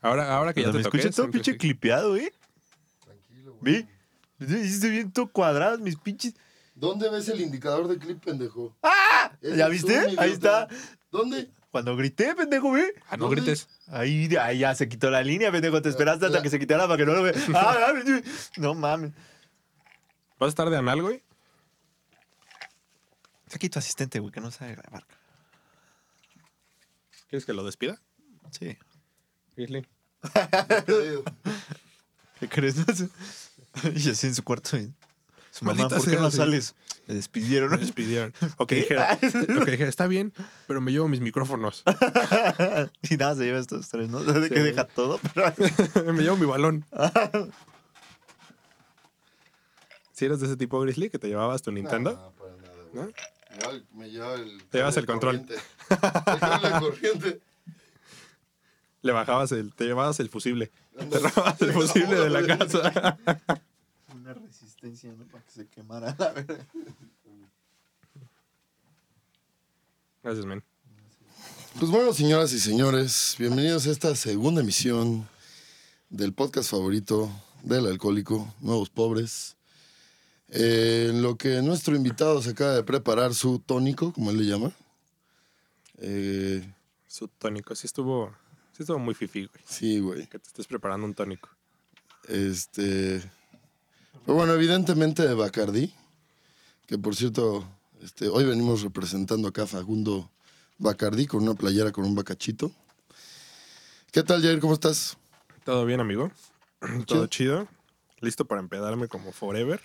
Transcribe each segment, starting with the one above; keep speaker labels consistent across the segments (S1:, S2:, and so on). S1: Ahora, ahora que ya
S2: me
S1: te toqué.
S2: escucha todo pinche
S1: simplifica.
S2: clipeado, ¿eh?
S3: Tranquilo,
S2: ¿Ve?
S3: güey.
S2: Me Hiciste bien todo cuadrados, mis pinches.
S3: ¿Dónde ves el indicador de clip, pendejo?
S2: ¡Ah!
S3: Ese
S2: ¿Ya
S3: es
S2: viste?
S3: un idiota.
S2: Ahí está.
S3: ¿Dónde?
S2: Cuando grité, pendejo, ¿ve?
S1: Ah, no grites.
S2: Ahí, ahí ya se quitó la línea, pendejo. Te esperaste hasta que se quitara para que no lo veas. Ah, ah, no mames.
S1: ¿Vas a estar de anal, güey?
S2: Está aquí tu asistente, güey, que no sabe grabar.
S1: ¿Quieres que lo despida?
S2: Sí.
S3: Creo.
S2: ¿Qué crees? y así en su cuarto. y Su mamá,
S1: Maldita
S2: ¿por qué
S1: sea,
S2: no
S1: sí.
S2: sales?
S1: Me
S2: Le despidieron.
S1: despidieron. O que dijera, o que dijera, está bien, pero me llevo mis micrófonos.
S2: y nada, se lleva estos tres, ¿no? De que
S1: Sí.
S2: deja todo, pero...
S1: me llevo mi balón. Si eras de ese tipo, Grizzly, que te llevabas tu Nintendo.
S3: No, para nada, güey.
S1: ¿No?
S3: Igual me lleva el.
S1: Te llevas el
S3: la
S1: control.
S3: corriente. Me lleva la corriente.
S1: Le bajabas el, te llevabas el fusible. Te
S3: Ándale.
S1: robabas el fusible de la casa.
S2: Una resistencia, ¿no? Para que se quemara la verga.
S1: Gracias, men.
S3: Pues bueno, señoras y señores, bienvenidos a esta segunda emisión del podcast favorito del alcohólico, Nuevos Pobres. Eh, en lo que nuestro invitado se acaba de preparar su tónico, como él le llama. Eh,
S1: Su tónico, sí estuvo, sí estuvo muy fifi, güey.
S3: sí, güey.
S1: Que te estés preparando un tónico.
S3: Este. Pero bueno, evidentemente de Bacardi, que por cierto, este, hoy venimos representando acá a Fagundo Bacardi con una playera con un bacachito. ¿Qué tal, Jair? ¿Cómo estás?
S1: ¿Todo bien, amigo?
S3: Chido.
S1: Todo chido. Listo para empedarme como forever.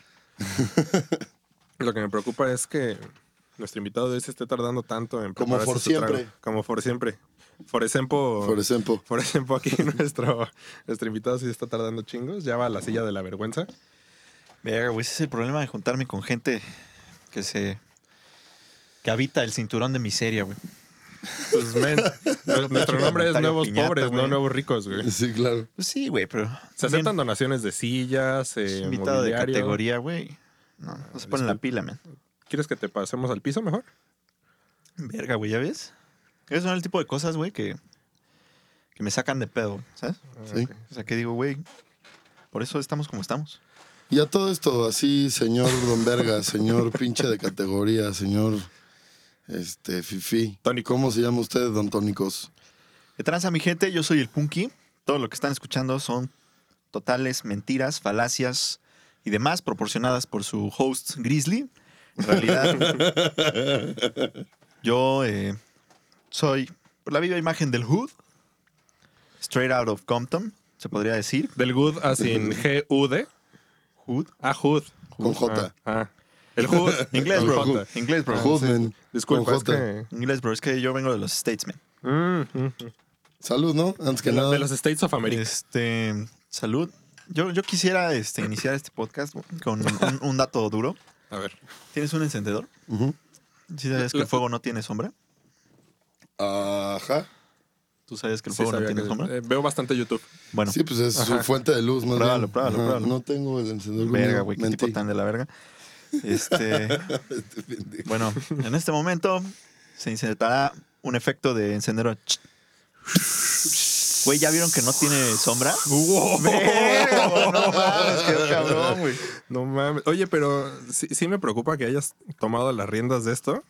S1: Lo que me preocupa es que nuestro invitado de hoy se esté tardando tanto en
S3: Como
S1: prepararse
S3: for
S1: su trago.
S3: siempre.
S1: Como por siempre. Por ejemplo,
S3: Por ejemplo.
S1: por ejemplo aquí nuestro, nuestro invitado sí está tardando chingos. Ya va a la silla de la vergüenza.
S2: Verga, güey, ese es el problema de juntarme con gente que se... que habita el cinturón de miseria, güey.
S1: Pues, men, nuestro nombre es
S2: Comentario
S1: Nuevos
S2: piñata,
S1: Pobres,
S2: güey.
S1: no Nuevos Ricos, güey.
S3: Sí, claro.
S2: Pues sí, güey, pero...
S1: Se
S2: también
S1: aceptan donaciones de sillas, eh,
S2: invitado de
S1: mobiliario.
S2: categoría, güey. No, no se ponen la pila, man.
S1: ¿Quieres que te pasemos al piso mejor?
S2: Verga, güey, ¿ya ves? Esos son el tipo de cosas, güey, que, que me sacan de pedo, ¿sabes?
S1: Ah,
S3: Sí.
S2: O sea, que digo, güey, por eso estamos como estamos.
S3: Y a todo esto, así, señor Don Verga, señor pinche de categoría, señor este, Fifi.
S1: Tónico.
S3: ¿Cómo se llama usted, Don Tónicos?
S2: ¿Qué tranza, mi gente? Yo soy el Punky. Todo lo que están escuchando son totales mentiras, falacias y demás proporcionadas por su host Grizzly. En realidad, yo eh, soy por la viva imagen del Hood, straight out of Compton, se podría decir.
S1: Del Good, ah, así en G-U-D.
S2: Hood.
S1: Ah, Hood.
S3: Con J.
S1: Ah, ah. El Hood.
S2: Inglés,
S1: Con
S2: bro.
S1: J.
S2: Inglés, bro.
S3: Hoodman.
S1: ah, Disculpa,
S3: Con
S1: es que...
S2: Inglés, bro. Es que yo vengo de los States, man.
S1: Mm, mm, mm.
S3: Salud, ¿no? Antes que
S1: de,
S3: nada.
S1: de los States of America.
S2: Este, salud. Yo, yo quisiera este, iniciar este podcast con un- un dato duro.
S1: A ver.
S2: ¿Tienes un encendedor?
S3: Ujú.
S2: ¿Sí sabes que el fuego no tiene sombra?
S3: Ajá.
S2: ¿Tú sabes que el
S1: Sí
S2: fuego no
S1: sabía
S2: tiene
S1: que-
S2: sombra?
S1: eh, veo bastante YouTube.
S2: Bueno,
S3: Sí, pues es su
S1: Ajá.
S3: fuente de luz, más
S2: Pruébalo,
S3: bien.
S2: pruébalo,
S3: Ajá.
S2: pruébalo.
S3: No tengo el encendedor.
S2: verga,
S3: conmigo,
S2: güey, qué
S3: mentí.
S2: tipo tan de la verga. Este,
S3: Este pendejo.
S2: bueno, en este momento se insertará un efecto de encendedor. Güey, ¿ya vieron que no tiene sombra? Verga, güey, no mames, qué cabrón, güey.
S1: No mames. Oye, pero sí, sí me preocupa que hayas tomado las riendas de esto.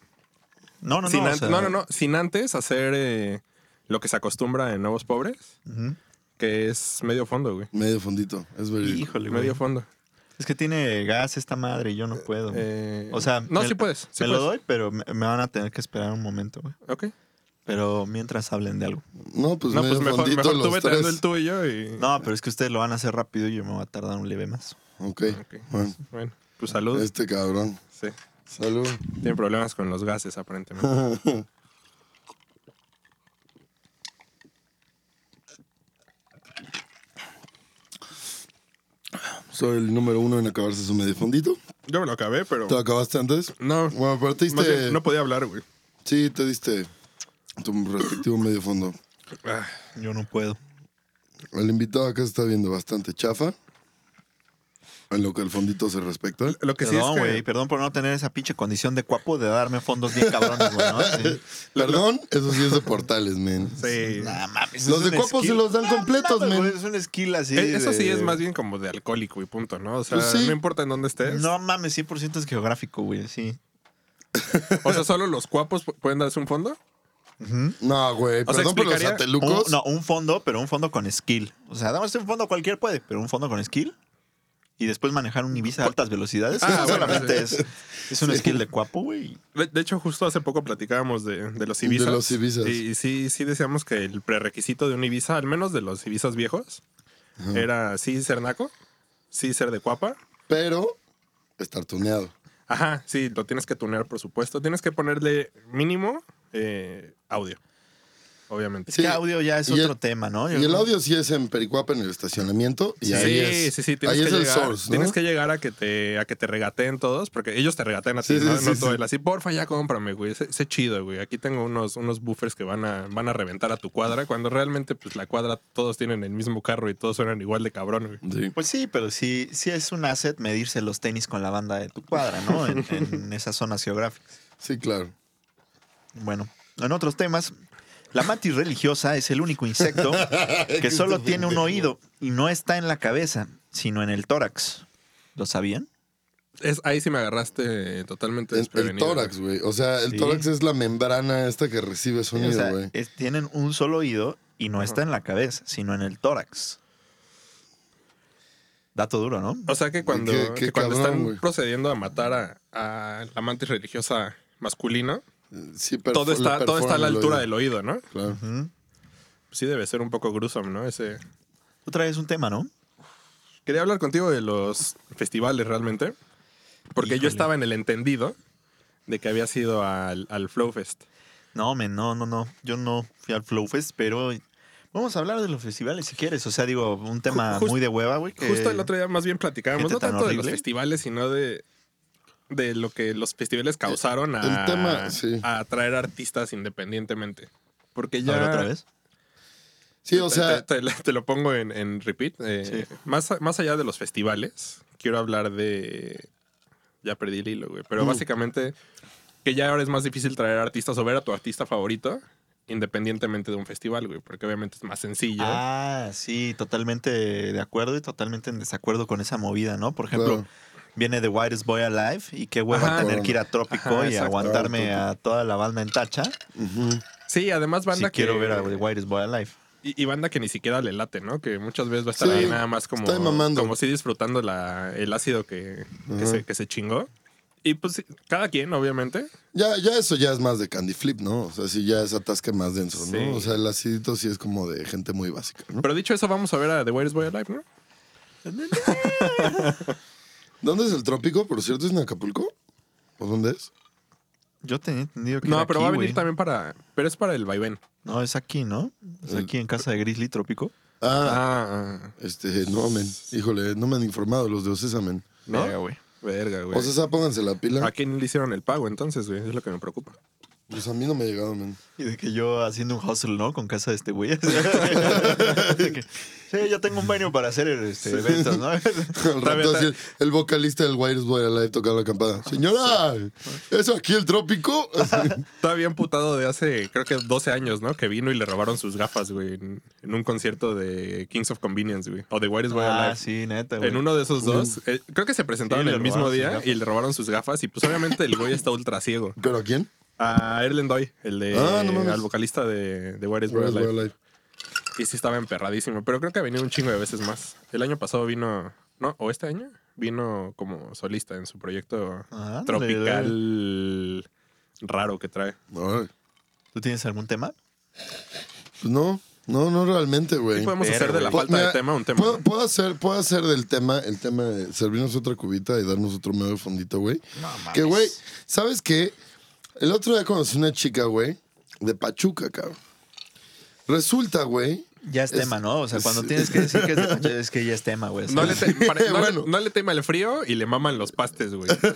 S2: No, no,
S1: sin
S2: no. o
S1: an-
S2: sea,
S1: no, no, no. Sin antes hacer eh, lo que se acostumbra en Nuevos Pobres,
S2: ujú.
S1: que es medio fondo, güey.
S3: Medio fondito, es verídico.
S2: Híjole, güey.
S1: Medio fondo.
S2: Es que tiene gas esta madre y yo no puedo. güey.
S1: Eh,
S2: o sea,
S1: no,
S2: me-
S1: sí puedes. Sí pues.
S2: me
S1: puedes.
S2: lo doy, pero me, me van a tener que esperar un momento, güey.
S1: Ok.
S2: Pero mientras hablen de algo.
S3: No, pues
S1: No,
S3: medio
S1: pues mejor,
S3: fondito
S1: mejor tú
S3: los
S1: vete dando el
S3: tres.
S1: tuyo y.
S2: No, pero es que ustedes lo van a hacer rápido y yo me voy a tardar un leve más.
S3: Ok.
S1: Ok.
S3: Bueno,
S1: Bueno, tu Pues salud.
S3: este cabrón.
S1: Sí.
S3: Salud.
S1: Tiene problemas con los gases, aparentemente.
S3: Soy el número uno en acabarse su medio fondito.
S1: Yo me lo acabé, pero.
S3: ¿Te lo acabaste antes?
S1: No,
S3: Bueno, partiste.
S1: más bien, no podía hablar, güey.
S3: Sí, te diste tu respectivo medio fondo.
S1: Ah,
S2: Yo no puedo.
S3: El invitado acá se está viendo bastante chafa. En lo que el fondito se respecta.
S1: Lo que sí es
S2: Perdón,
S1: que-
S2: güey. Perdón por no tener esa pinche condición de cuapo de darme fondos bien cabrones, güey. ¿no? Sí.
S3: Perdón, eso sí es de portales, men.
S1: Sí.
S2: Nah, mames,
S3: Los
S2: es
S3: de
S2: un
S3: cuapo sí
S2: skill.
S3: los dan completos,
S2: mames,
S3: men.
S2: güey, Es un skill así.
S1: Eh, Eso sí
S2: de-
S1: es más bien como de alcohólico y punto, ¿no? O sea,
S3: Pues sí.
S1: no importa en dónde estés.
S2: No mames, 100% es geográfico, güey, sí.
S1: O sea, solo los guapos pu- pueden darse un fondo.
S2: Ujú.
S3: No, güey.
S1: sea,
S3: Perdón por los
S1: explicaría- Oh,
S3: satelucos.
S2: Un- no, un fondo, pero un fondo con skill. O sea, damos un fondo cualquier puede, pero un fondo con skill. Y después manejar un Ibiza a altas velocidades.
S1: Ah,
S2: eso
S1: bueno,
S2: solamente
S1: sí.
S2: es, es un skill de cuapo, güey.
S1: De, de hecho, justo hace poco platicábamos de, de los Ibizas.
S3: De los Ibizas.
S1: Y, y sí, sí decíamos que el prerequisito de un Ibiza, al menos de los Ibizas viejos,
S3: Ajá.
S1: era sí ser naco, sí ser de cuapa.
S3: Pero estar tuneado.
S1: Ajá, sí, lo tienes que tunear, por supuesto. Tienes que ponerle mínimo eh, audio, obviamente.
S2: Es
S3: Sí.
S2: que audio ya es
S3: Y
S2: otro
S3: el-
S2: tema, ¿no? Yo
S3: Y el
S2: creo-
S3: audio sí es en Pericuapa, en el estacionamiento. Y
S1: Sí,
S3: ahí es,
S1: sí, sí, tienes,
S3: ahí
S1: que
S3: es el
S1: llegar,
S3: source, ¿no?
S1: tienes que llegar a que te a que te regateen todos, porque ellos te regatean a ti,
S3: Sí, sí,
S1: no,
S3: sí,
S1: No
S3: sí.
S1: tú, el así, porfa, ya cómprame, güey, sé, sé chido, güey. Aquí tengo unos unos buffers que van a van a reventar a tu cuadra, cuando realmente pues la cuadra todos tienen el mismo carro y todos suenan igual de cabrón, güey.
S3: Sí.
S2: Pues sí, pero sí, sí es un asset medirse los tenis con la banda de tu cuadra, ¿no? En, en esas zonas geográficas.
S3: Sí, claro.
S2: Bueno, en otros temas, la matis religiosa es el único insecto que solo tiene un oído y no está en la cabeza, sino en el tórax. ¿Lo sabían?
S1: Es ahí sí me agarraste totalmente
S3: El, el
S1: desprevenido.
S3: tórax, güey. O sea, el
S2: Sí.
S3: tórax es la membrana esta que recibe
S2: O sea,
S3: sonido, güey.
S2: es- tienen un solo oído y no está en la cabeza, sino en el tórax. Dato duro, ¿no?
S1: O sea que cuando,
S3: Qué- qué
S1: que cuando
S3: cabrón,
S1: están
S3: güey.
S1: procediendo a matar a, a la amante religiosa masculina,
S3: Sí, pero
S1: todo
S3: le
S1: está, todo está a la
S3: perforan el
S1: altura
S3: oído.
S1: del oído, ¿no?
S3: Claro.
S2: Ujú.
S1: Sí debe ser un poco gruesome, ¿no? Ese...
S2: Tú traes un tema, ¿no?
S1: Quería hablar contigo de los festivales realmente, porque yo
S2: Híjole.
S1: estaba en el entendido de que había sido al, al Flow Fest.
S2: No, men, no, no, no. Yo no fui al Flow Fest, pero vamos a hablar de los festivales si quieres. O sea, digo, un tema
S1: Ju- jus-
S2: muy de hueva, güey.
S3: Eh,
S2: que-
S1: Justo el otro día más bien platicábamos,
S2: gente
S1: no
S2: tan
S1: tanto de los
S2: horrible.
S1: festivales, sino de, de lo que los festivales causaron a,
S3: el tema, sí.
S1: a atraer artistas independientemente. Porque
S2: A
S1: ya...
S2: ver, otra vez.
S3: Sí, o sea,
S1: Te, te- te lo pongo en, en repeat. eh, más, a- más allá de los festivales, quiero hablar de. Ya perdí el hilo, güey. Pero
S3: Mm.
S1: básicamente, que ya ahora es más difícil traer artistas o ver a tu artista favorito independientemente de un festival, güey. Porque obviamente es más sencillo.
S2: Ah, sí, totalmente de acuerdo y totalmente en desacuerdo con esa movida, ¿no? Por ejemplo,
S3: Claro.
S2: viene The Widest Boy Alive y qué hueva
S1: Ajá.
S2: tener que ir a Trópico
S1: Ajá,
S2: y
S1: exacto.
S2: aguantarme
S3: Claro,
S2: a toda la banda en tacha
S3: ujú,
S1: Sí, además, banda
S2: si
S1: que.
S2: quiero ver a The Widest Boy Alive.
S1: y, y banda que ni siquiera le late, ¿no? Que muchas veces va a estar
S3: Sí,
S1: ahí nada más como.
S3: está ahí mamando.
S1: Como si disfrutando la, el ácido que, que,
S3: Ajá.
S1: se, que se chingó. Y pues sí, cada quien, obviamente.
S3: ya, ya eso ya es más de Candy Flip, ¿no? O sea, sí, ya es atasque más denso,
S1: Sí.
S3: ¿no? O sea, el acidito sí es como de gente muy básica, ¿no?
S1: Pero dicho eso, vamos a ver a The Weirdest Boy Alive, ¿no?
S3: ¿Dónde es el trópico, por cierto? ¿Es en Acapulco? ¿O dónde es?
S2: Yo tenía entendido que
S1: No,
S2: era
S1: pero
S2: aquí,
S1: va a venir
S2: güey.
S1: también para. Pero es para el vaivén.
S2: No, es aquí, ¿no?
S1: Eh,
S2: Es aquí en casa de Grizzly Trópico.
S3: Ah,
S1: Ah, ah,
S3: este, no, men. Híjole, no me han informado los de Ocesa, men.
S1: ¿No?
S2: Verga, güey.
S1: Ah, verga, güey.
S3: Ocesa, pónganse la pila.
S1: ¿A quién le hicieron el pago entonces, güey? Es lo que me preocupa.
S3: Pues a mí no me ha llegado, men.
S2: Y de que yo haciendo un hustle, ¿no? Con casa de este güey. De que, sí, yo tengo un baño para hacer este, eventos, ¿no?
S3: Al rato así, el vocalista del Wires Boy Alive tocando la campana. Señora, ¿eso aquí el trópico?
S1: Estaba bien putado de hace, creo que 12 años, ¿no? Que vino y le robaron sus gafas, güey, en, en un concierto de Kings of Convenience, güey. O de Where is Boy
S2: ah,
S1: Alive.
S2: sí, neta, güey.
S1: En uno de esos dos, eh, creo que se presentaron
S2: Sí, le
S1: el mismo
S2: robaron sus
S1: día
S2: gafas.
S1: y le robaron sus gafas. Y pues obviamente el güey está ultra ciego.
S3: ¿Pero a quién?
S1: A Erlen Doy, el de.
S3: Ah, no mames.
S1: al vocalista de, de Where is Boy
S3: Wires Boy
S1: Alive.
S3: Alive.
S1: Y sí estaba emperradísimo, pero creo que ha venido un chingo de veces más. El año pasado vino, ¿no? ¿O este año? Vino como solista en su proyecto
S2: Ah,
S1: tropical raro que trae.
S3: Ay,
S2: ¿Tú tienes algún tema?
S3: Pues no, no, no realmente,
S1: ¿Qué
S3: güey.
S1: podemos
S2: Pero,
S1: hacer de la
S3: Pu-
S1: falta de
S3: Pues, mira,
S1: tema un tema?
S3: Puedo,
S1: ¿no?
S3: puedo hacer, puedo hacer del tema el tema de servirnos otra cubita y darnos otro medio de fondito, güey. que, güey, ¿sabes qué? El otro día conocí una chica, güey, de Pachuca, cabrón. Resulta, güey.
S2: Ya es,
S3: Es-
S2: tema, ¿no? O sea, cuando
S3: es-
S2: tienes que decir que es de Pachuca, es que ya es tema, güey. O sea,
S1: No le, te- pare- no le-
S3: Bueno.
S1: no le tema el frío y le maman los pastes, güey.
S2: no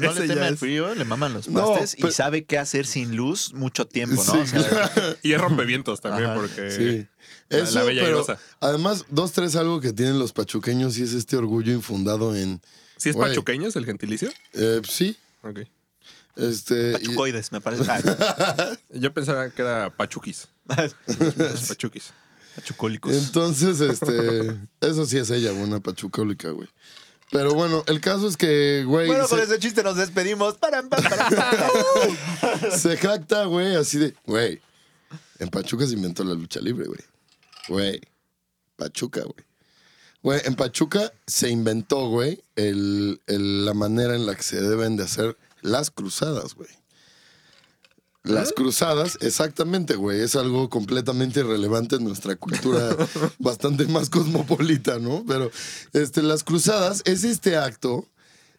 S2: le
S3: ese
S2: temen
S3: ya
S2: al
S3: es-
S2: frío, le maman los
S3: No,
S2: pastes
S3: pero-
S2: y sabe qué hacer sin luz mucho tiempo, ¿no?
S3: Sí,
S2: o sea,
S3: claro.
S1: Y es rompevientos también,
S2: Ajá.
S1: porque.
S3: Sí.
S1: La-
S3: Eso,
S1: la bella y
S3: pero
S1: rosa.
S3: además, dos, tres, algo que tienen los pachuqueños y es este orgullo infundado en.
S1: ¿Sí es
S3: Güey.
S1: pachuqueño es el gentilicio?
S3: eh, sí,
S1: Ok.
S3: este. y-
S2: Pachucoides, me parece.
S1: Yo pensaba que era pachuquis.
S2: Ah,
S1: Los pachuquis.
S2: Pachucólicos.
S3: Entonces, este. eso sí es ella, una pachucólica, güey. Pero bueno, el caso es que, güey.
S2: Bueno,
S3: se-
S2: con ese chiste nos despedimos. Param, pam, param, pam.
S3: Se jacta, güey, así de, güey. En Pachuca se inventó la lucha libre, güey. Güey. Pachuca, güey. Güey, en Pachuca se inventó, güey, el- el- la manera en la que se deben de hacer las cruzadas, güey. Las cruzadas, exactamente, güey. Es algo completamente irrelevante en nuestra cultura, bastante más cosmopolita, ¿no? Pero este, las cruzadas es este acto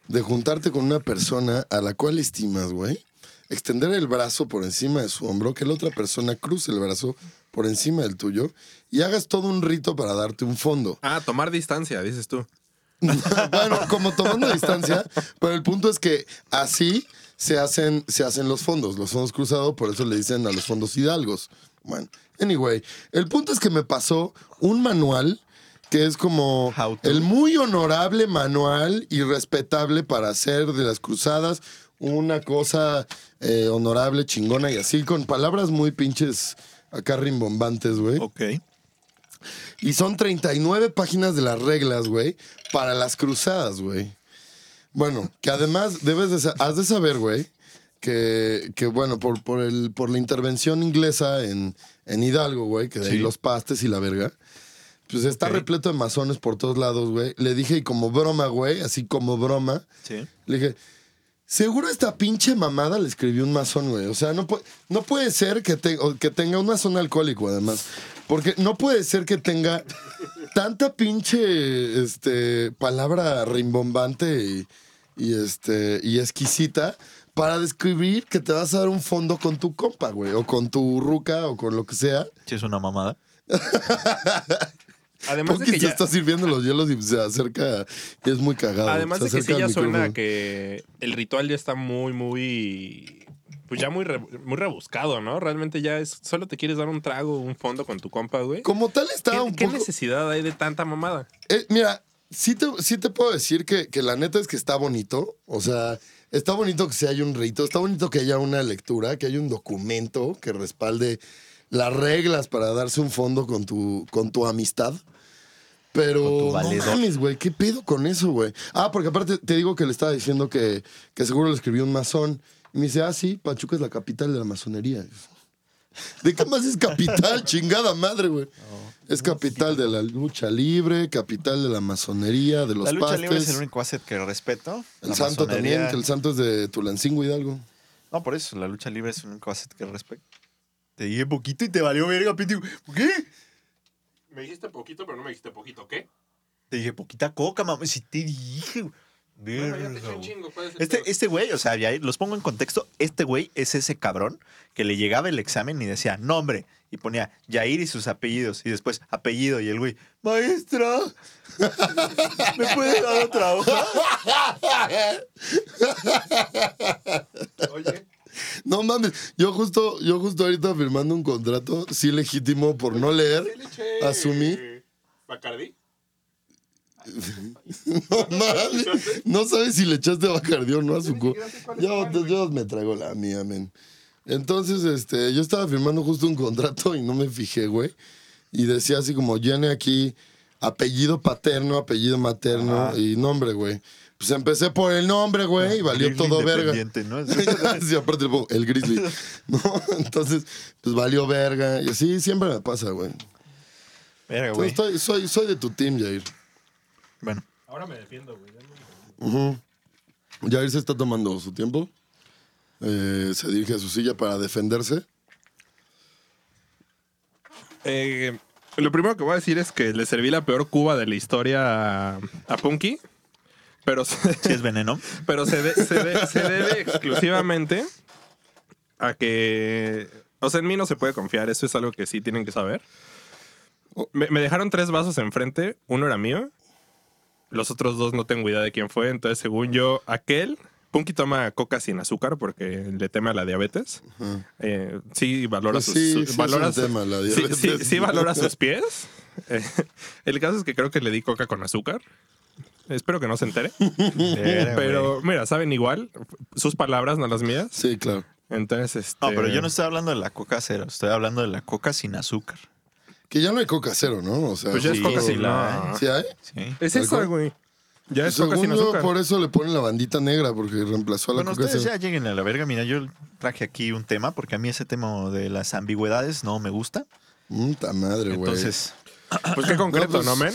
S3: de juntarte con una persona a la cual estimas, güey. Extender el brazo por encima de su hombro, que la otra persona cruce el brazo por encima del tuyo y hagas todo un rito para darte un fondo.
S1: Ah, tomar distancia, dices tú.
S3: bueno, como tomando distancia, pero el punto es que así se hacen, se hacen los fondos, los fondos cruzados, por eso le dicen a los fondos hidalgos. Bueno, anyway, el punto es que me pasó un manual que es como
S2: How to.
S3: el muy honorable manual y respetable para hacer de las cruzadas una cosa eh, honorable, chingona y así, con palabras muy pinches acá rimbombantes, güey.
S2: ok.
S3: Y son 39 páginas de las reglas, güey, para las cruzadas, güey. Bueno, que además debes de, sa- has de saber, güey, que, que, bueno, por, por, el, por la intervención inglesa en, en Hidalgo, güey, que de ahí
S2: Sí.
S3: los pastes y la verga, pues está
S2: Ok.
S3: repleto de masones por todos lados, güey. Le dije, y como broma, güey, así como broma,
S2: Sí.
S3: le dije, seguro esta pinche mamada le escribió un masón, güey. O sea, no, pu- no puede ser que, te- o que tenga un masón alcohólico, además. Porque no puede ser que tenga tanta pinche este, palabra rimbombante y, y, este, y exquisita para describir que te vas a dar un fondo con tu compa, güey. O con tu ruca o con lo que sea.
S2: Sí, es una mamada.
S1: Además de
S3: Porque
S1: que
S3: se
S1: ya,
S3: está sirviendo los hielos y se acerca. y es muy cagado.
S1: además
S3: Ah, Se
S1: de que
S3: acerca
S1: sí
S3: al
S1: ya suena
S3: micrófono.
S1: que el ritual ya está muy, muy... Pues ya muy, re- muy rebuscado, ¿no? Realmente ya es... Solo te quieres dar un trago, un fondo con tu compa, güey.
S3: Como tal está
S1: ¿Qué,
S3: un
S1: qué
S3: poco...
S1: necesidad hay de tanta mamada?
S3: Eh, mira, sí te, sí te puedo decir que, que la neta es que está bonito. O sea, está bonito que se haya un rito, está bonito que haya una lectura, que haya un documento que respalde las reglas para darse un fondo con tu, con tu amistad. Pero
S2: Con tu
S3: no
S2: valedor.
S3: mames, güey, ¿qué pedo con eso, güey? Ah, porque aparte te digo que le estaba diciendo que, que seguro lo escribió un masón. Y me dice, ah, sí, Pachuca es la capital de la masonería. ¿De qué más es capital? Chingada madre, güey. Es capital de la lucha libre, capital de la masonería, de los
S2: la lucha
S3: pastes.
S2: libre es el único asset que respeto.
S3: El
S2: La
S3: santo también,
S2: masonería-
S3: que el santo es de Tulancingo Hidalgo.
S2: No, por eso, la lucha libre es el único asset que respeto. Te dije poquito y te valió verga, piti. ¿Qué?
S1: Me dijiste poquito, pero no me dijiste poquito. ¿Qué?
S2: Te dije poquita coca, mamá. Si te dije, güey. Verga, güey.
S1: ¿Cuál es
S2: Este, este güey, o sea, ya los pongo en contexto. Este güey es ese cabrón que le llegaba el examen y decía nombre y ponía Yair y sus apellidos y después apellido y el güey, maestra, ¿me puede dar otra hoja?
S1: Oye,
S3: este, No mames, yo justo, yo justo ahorita firmando un contrato, sí legítimo por no leer, asumí.
S1: ¿Bacardí?
S3: No mames, no sabes si le echaste Bacardí o no a su
S1: ni
S3: co-
S1: siquiera sé cuál es
S3: Yo,
S1: cuál,
S3: yo,
S1: güey.
S3: me traigo la mía, men. Entonces, este, yo estaba firmando justo un contrato y no me fijé, güey. Y decía así como, llene aquí apellido paterno, apellido materno
S2: Ajá.
S3: y nombre, güey. Pues empecé por el nombre, güey, y valió
S2: Grizzly
S3: todo verga.
S2: independiente, ¿no?
S3: sí, aparte el, el grizzly. ¿no? Entonces, pues valió verga. Y así siempre me pasa, güey.
S2: Verga, Ah,
S3: Entonces,
S2: güey.
S3: estoy- soy, soy de tu team, Jair.
S2: Bueno,
S1: Ahora me defiendo, güey.
S3: Ujú. Jair se está tomando su tiempo. Eh, se dirige a su silla para defenderse.
S1: Eh, lo primero que voy a decir es que le serví la peor cuba de la historia a, a Punky, pero se,
S2: si es veneno.
S1: pero se, de- se de- se debe exclusivamente a que... O sea, en mí no se puede confiar, eso es algo que sí tienen que saber. Me, me dejaron tres vasos enfrente, uno era mío, los otros dos no tengo idea de quién fue, entonces según yo, aquel Punky toma coca sin azúcar porque le teme a la diabetes.
S3: Ajá.
S1: Eh, sí valora
S3: Pues
S1: sus,
S3: sí,
S1: su-
S3: sí es
S1: valora
S3: un
S1: sus-
S3: tema, la
S1: sí-
S3: diabetes.
S1: sí- sí valora sus pies. Eh, el caso es que creo que le di coca con azúcar. Espero que no se entere. pero mira, saben igual. Sus palabras, no las mías.
S3: Sí, claro.
S1: Entonces, este...
S2: No, pero yo no estoy hablando de la coca cero, estoy hablando de la coca sin azúcar.
S3: Que ya no hay coca cero, ¿no? O sea,
S1: Pues ya es
S2: Sí,
S1: coca
S3: justo-
S2: sí
S1: sin
S2: la-
S1: no.
S3: ¿Sí hay?
S2: Sí.
S1: Es
S3: ¿Tal
S1: eso,
S3: cual?
S1: güey. Ya es coca
S3: Según
S1: sin
S3: yo,
S1: azúcar.
S3: por eso le ponen la bandita negra, porque reemplazó a la
S2: Bueno,
S3: coca
S2: ustedes
S3: cero.
S2: ya lleguen a la verga. Mira, yo traje aquí un tema porque a mí ese tema de las ambigüedades no me gusta.
S3: Puta madre, güey.
S2: Entonces,
S1: Pues qué concreto,
S3: pues-
S1: ¿no, men?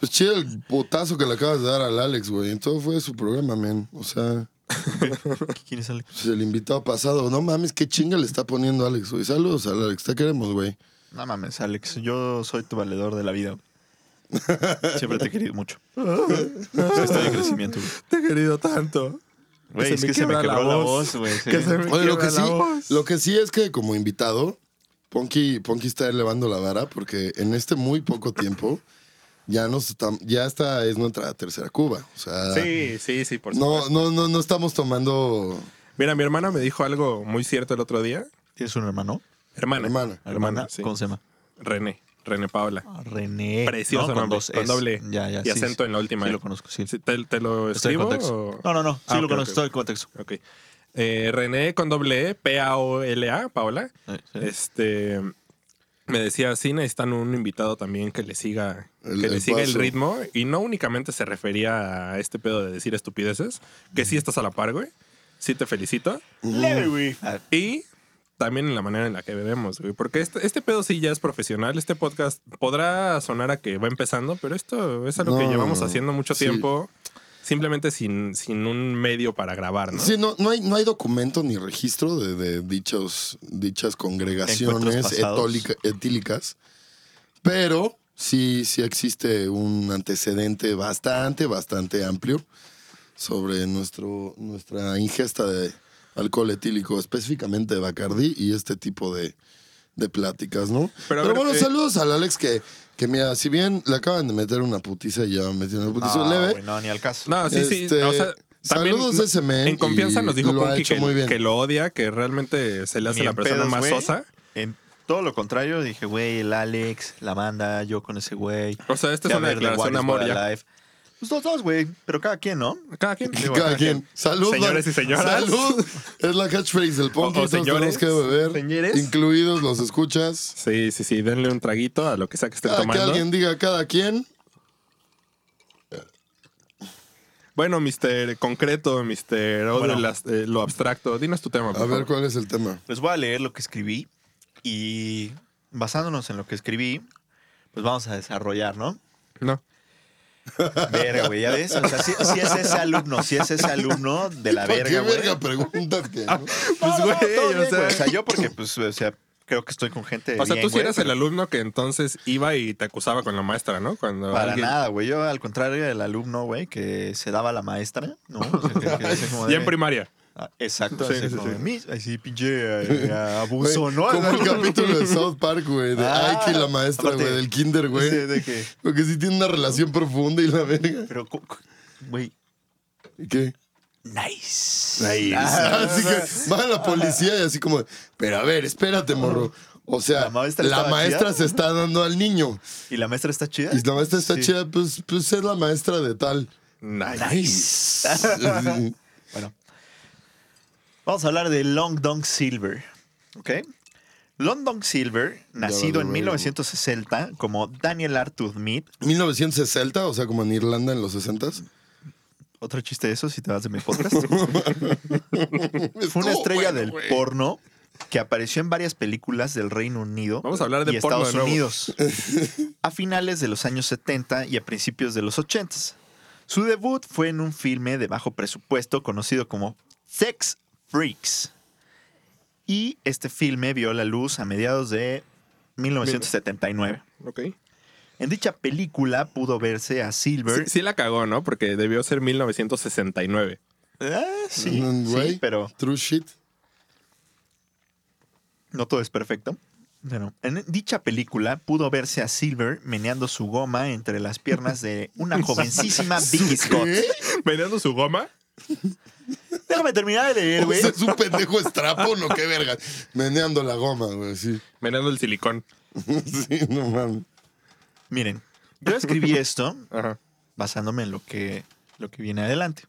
S3: Pues chido el potazo que le acabas de dar al Alex, güey. Todo fue su programa, men. O sea,
S2: ¿quién es el?
S3: pues, el invitado pasado. No mames, qué chinga le está poniendo Alex, güey. Saludos al Alex, te queremos, güey.
S2: No mames, Alex, yo soy tu valedor de la vida. güey. Siempre te he querido mucho. Estoy en crecimiento. güey.
S1: Te he querido tanto.
S2: Güey, es que se me
S1: quiebra
S2: quebró la voz, güey. sí.
S1: Que se me
S3: Oye, lo
S1: quiebra
S3: que, sí,
S1: la voz.
S3: lo que sí es que como invitado, Ponky, Ponky está elevando la vara porque en este muy poco tiempo ya nos estam- ya esta es nuestra tercera Cuba. O sea,
S1: Sí, sí, sí, por supuesto.
S3: no, no, no, no estamos tomando
S1: Mira, mi hermana me dijo algo muy cierto el otro día.
S2: ¿Tienes un hermano?
S1: Hermana.
S3: Hermana.
S1: Hermana, sí.
S2: ¿Cómo se llama?
S1: René. René Paula.
S2: René.
S1: Precioso
S2: No,
S1: nombre,
S2: dos
S1: con
S2: Es.
S1: doble
S2: Ya, ya,
S1: y
S2: sí,
S1: acento
S2: sí.
S1: en la última.
S2: Sí,
S1: E.
S2: lo conozco, sí.
S1: Sí, ¿Te, te lo
S2: Estoy en
S1: escribo?
S2: contexto.
S1: o-
S2: No, no, no. Sí
S1: Ah,
S2: lo
S1: ok,
S2: conozco,
S1: ok,
S2: estoy en contexto.
S1: ok. Eh, René con doble E, P-A-O-L-A, Paola.
S2: Sí, sí.
S1: Este me decía, sí, necesitan un invitado también que le siga,
S3: El-
S1: que le
S3: el
S1: siga el
S3: paso.
S1: ritmo. Y no únicamente se refería a este pedo de decir estupideces, que sí estás a la par, güey. Sí te felicito.
S2: Ah,
S1: Y también en la manera en la que bebemos, güey. Porque este, este pedo sí ya es profesional. Este podcast podrá sonar a que va empezando, pero esto es algo que
S3: No,
S1: llevamos haciendo mucho
S3: sí.
S1: tiempo. Simplemente sin, sin un medio para grabar, ¿no?
S3: Sí, no, no hay, no hay documento ni registro de, de dichos, dichas
S2: Encuentros
S3: congregaciones
S2: pasados.
S3: etólica- etílicas, pero sí, sí existe un antecedente bastante, bastante amplio sobre nuestro, nuestra ingesta de alcohol etílico, específicamente de Bacardí y este tipo de, de pláticas, ¿no?
S1: Pero
S3: Pero,
S1: a ver,
S3: bueno,
S1: eh,
S3: saludos al Alex que, que mira, si bien le acaban de meter una putiza y ya metió una putiza
S1: Ah,
S2: no,
S3: leve,
S2: güey, no, ni al caso.
S1: No, sí, sí.
S3: Este,
S1: O sea, también
S3: saludos de ese men
S1: En confianza
S3: y
S1: nos dijo
S3: lo ha
S1: Ponky
S3: hecho
S1: que,
S3: muy bien.
S1: que lo odia, que realmente se le hace
S2: Ni
S1: la
S2: en
S1: persona
S2: pedos,
S1: más
S2: güey.
S1: sosa.
S2: En todo lo contrario, dije, güey, el Alex, la manda, yo con ese güey.
S1: O sea, esta es
S2: Ya
S1: una
S2: ver, de
S1: declaración
S2: What
S1: de
S2: is
S1: amor
S2: My
S1: ya.
S2: Life. Pues los dos, güey, pero cada quien, ¿no?
S1: Cada quien.
S3: Que
S1: digo,
S3: Cada quien. Salud.
S1: Señores
S3: don-
S1: y señoras.
S3: Salud. Es la catchphrase del
S1: O- o
S3: Ponky. todos
S1: señores,
S3: tenemos que beber.
S1: señores.
S3: Incluidos los escuchas.
S1: Sí, sí, sí. Denle un traguito a lo que sea que estén
S3: Ah, Cada que
S1: tomando.
S3: alguien diga cada quien.
S1: Bueno, mister concreto, mister odio
S2: Bueno.
S1: las- eh, lo abstracto. Dinos tu tema.
S3: A
S1: por
S3: ver
S1: favor.
S3: cuál es el tema.
S2: Les Pues voy a leer lo que escribí y basándonos en lo que escribí, pues vamos a desarrollar, ¿no?
S1: No.
S2: Verga, güey, ya ves. O sea, si, es ese alumno, si es ese alumno de la
S3: ¿Por
S2: verga,
S3: qué
S2: güey.
S3: verga preguntas que no?
S1: ¿eh? Pues,
S2: No, no, no,
S1: güey,
S2: todo
S1: o
S2: bien,
S1: sea-
S2: güey. o sea, yo porque, pues, o sea, creo que estoy con gente.
S1: O sea,
S2: bien,
S1: tú sí
S2: güey,
S1: eras
S2: pero
S1: el alumno que entonces iba y te acusaba con la maestra, ¿no? Cuando
S2: Para
S1: alguien-
S2: nada, güey. Yo, al contrario del alumno, güey, que se daba a la maestra, ¿no? O sea, que- que decía como de-
S1: Ya en primaria.
S2: Ah, Exacto.
S1: Sí,
S2: así
S1: sí,
S2: como
S1: sí.
S2: de, "Mis", así, pinche eh, abuso,
S3: Güey,
S2: ¿no?
S3: Como el capítulo de South Park, güey. De
S2: Ah,
S3: Ike y la maestra,
S2: aparte-
S3: güey. Del kinder, güey.
S2: Sí, de que-
S3: Porque sí tiene una relación profunda y la verga.
S2: Pero, cu- cu- güey,
S3: ¿Y ¿Qué?
S2: nice. Ah,
S3: Así que va la policía y así como, pero a ver, espérate, morro. O sea,
S2: La
S3: la
S2: maestra
S3: maestra,
S2: estaba chida.
S3: se está dando al niño.
S2: ¿Y la maestra está chida?
S3: Y la maestra está
S2: Sí.
S3: chida, pues, pues es la maestra de tal.
S2: Nice. Bueno. Vamos a hablar de Long Dong Silver. ¿Ok? Long Dong Silver, nacido
S3: valió
S2: en
S3: verga.
S2: 1960 como Daniel Arthur Mead.
S3: 1960, o sea, como en Irlanda en los 60s.
S2: Otro chiste de eso si te vas de mi podcast. Fue
S3: Estuvo
S2: una estrella
S3: bueno,
S2: del
S3: güey.
S2: porno que apareció en varias películas del Reino Unido
S1: Vamos a hablar de
S2: y
S1: porno de
S2: Estados
S1: nuevo.
S2: Unidos a finales de los años 70 y a principios de los 80. Su debut fue en un filme de bajo presupuesto conocido como Sex Freaks. Y este filme vio la luz a mediados de 1979.
S1: Ok.
S2: En dicha película pudo verse a
S1: Sí,
S2: Silver.
S1: sí la cagó, ¿no? Porque debió ser 1969.
S2: Ah, sí,
S3: Mm,
S2: sí,
S3: güey.
S2: pero
S3: True shit.
S2: No todo es perfecto. Pero en dicha película pudo verse a Silver meneando su goma entre las piernas de una jovencísima Vicky Scott.
S1: Vendiendo su goma.
S2: Déjame terminar de leer,
S3: O
S2: güey.
S3: sea, es un pendejo estrapón o qué verga. Meneando la goma, güey, sí.
S1: Venando el silicón.
S3: sí, no mames.
S2: Miren, yo escribí esto
S1: Ajá.
S2: basándome en lo que, lo que viene adelante.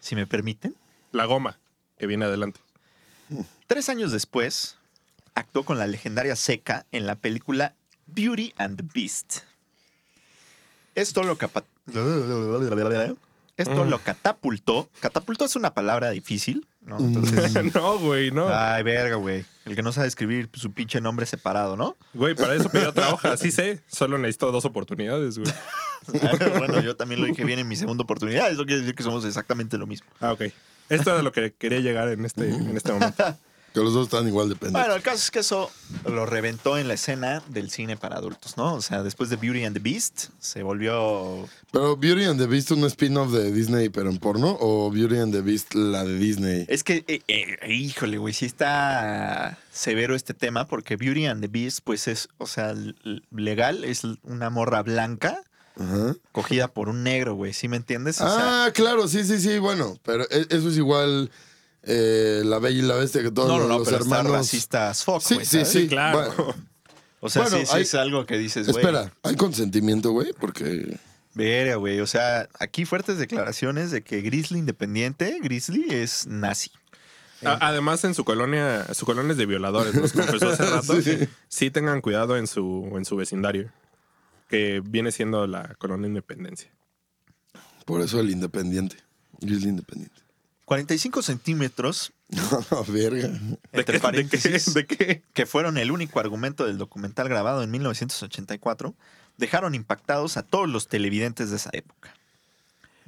S2: Si me permiten.
S1: La goma que viene adelante.
S2: Tres años después, actuó con la legendaria Seca en la película Beauty and the Beast. Esto lo, capa- Esto lo catapultó. Catapultó es una palabra difícil, ¿no? Ah. Entonces,
S1: no, güey, Mm. no.
S2: ay, verga, güey. El que no sabe escribir su pinche nombre separado, ¿no?
S1: Güey, para eso pedí otra hoja. Sí sé, solo necesito dos oportunidades, güey.
S2: bueno, yo también lo dije bien en mi segunda oportunidad. Eso quiere decir que somos exactamente lo mismo.
S1: Ah, ok. Esto era lo que quería llegar en este, en este momento.
S3: Que los dos están igual de pendejos.
S2: Bueno, el caso es que eso lo reventó en la escena del cine para adultos, ¿no? O sea, después de Beauty and the Beast, se volvió
S3: Pero Beauty and the Beast, un spin-off de Disney, pero en porno, o Beauty and the Beast, la de Disney.
S2: Es que, eh, eh, híjole, güey, sí está severo este tema porque Beauty and the Beast, pues es, o sea, l- l- legal, es l- una morra blanca
S3: Ajá.
S2: cogida por un negro, güey, ¿sí me entiendes? O sea,
S3: Ah, claro, sí, sí, sí, bueno, pero e- eso es igual eh, La Bella y la Bestia que todos
S2: no, no,
S3: los,
S2: no,
S3: los
S2: pero
S3: hermanos.
S2: está racista as fuck,
S3: Sí,
S2: güey,
S3: sí,
S2: ¿sabes?
S3: sí,
S1: Claro.
S3: Bueno,
S2: O sea,
S3: Bueno,
S2: sí, sí
S3: hay-
S2: es algo que dices, Pues, güey.
S3: espera, ¿hay consentimiento, güey? Porque
S2: Verga, güey, o sea, aquí fuertes declaraciones de que Grizzly independiente, Grizzly es nazi.
S1: A- además, en su colonia, su colonia es de violadores. Nos confesó hace rato.
S3: Sí.
S1: que Sí tengan cuidado en su, en su vecindario, que viene siendo la colonia Independencia.
S3: por eso el independiente. Yo es el independiente.
S2: 45 centímetros,
S3: No, verga.
S2: entre paréntesis.
S1: ¿De qué? ¿De qué?
S2: que fueron el único argumento del documental grabado en 1984, dejaron impactados a todos los televidentes de esa época.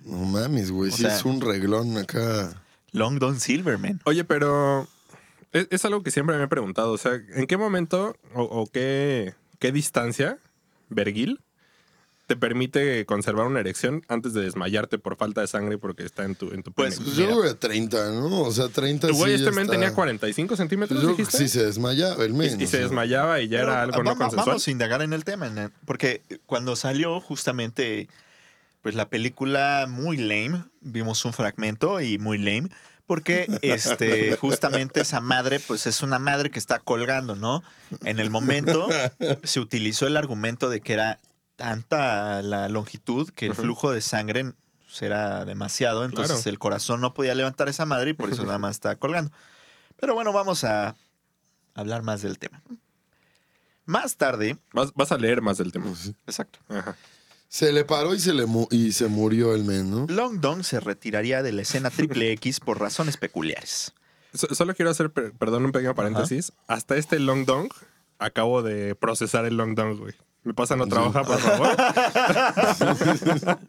S3: No mames, güey,
S2: O
S3: sí
S2: sea-
S3: es un reglón acá.
S2: Long Don Silverman.
S1: Oye, pero es, es algo que siempre me he preguntado. O sea, ¿en qué momento o, o qué, qué distancia, vergil, te permite conservar una erección antes de desmayarte por falta de sangre porque está en tu, en tu
S2: Pues,
S1: pene?
S3: Pues yo
S2: Mira.
S3: creo que 30, ¿no? O sea, 30
S1: Güey,
S3: sí
S1: este men
S3: está-
S1: tenía 45
S3: Pues
S1: centímetros,
S3: yo creo que
S1: dijiste.
S3: sí se desmayaba el men.
S1: y, y
S3: o
S1: se
S3: sea.
S1: desmayaba y ya
S2: Pero,
S1: era algo
S2: va-
S1: no
S2: va-
S1: consensual.
S2: Vamos a indagar en el tema, en el- porque cuando salió justamente pues la película muy lame, vimos un fragmento y muy lame, porque este justamente esa madre pues es una madre que está colgando, ¿no? En el momento se utilizó el argumento de que era tanta la longitud que el
S1: Ujú.
S2: flujo de sangre pues, era demasiado, entonces
S1: Claro.
S2: el corazón no podía levantar esa madre y por eso nada más estaba colgando. Pero bueno, vamos a hablar más del tema. Más tarde,
S1: Vas, vas a leer más del tema.
S3: Pues sí.
S2: exacto,
S1: Ajá.
S3: Se le paró y se le mu- y se murió el men, ¿no?
S2: Long Dong se retiraría de la escena triple X por razones peculiares.
S1: So- solo quiero hacer, per- perdón, un pequeño paréntesis. Hasta este long dong, acabo de procesar el long dong, güey. ¿Me pasan otra hoja, por favor?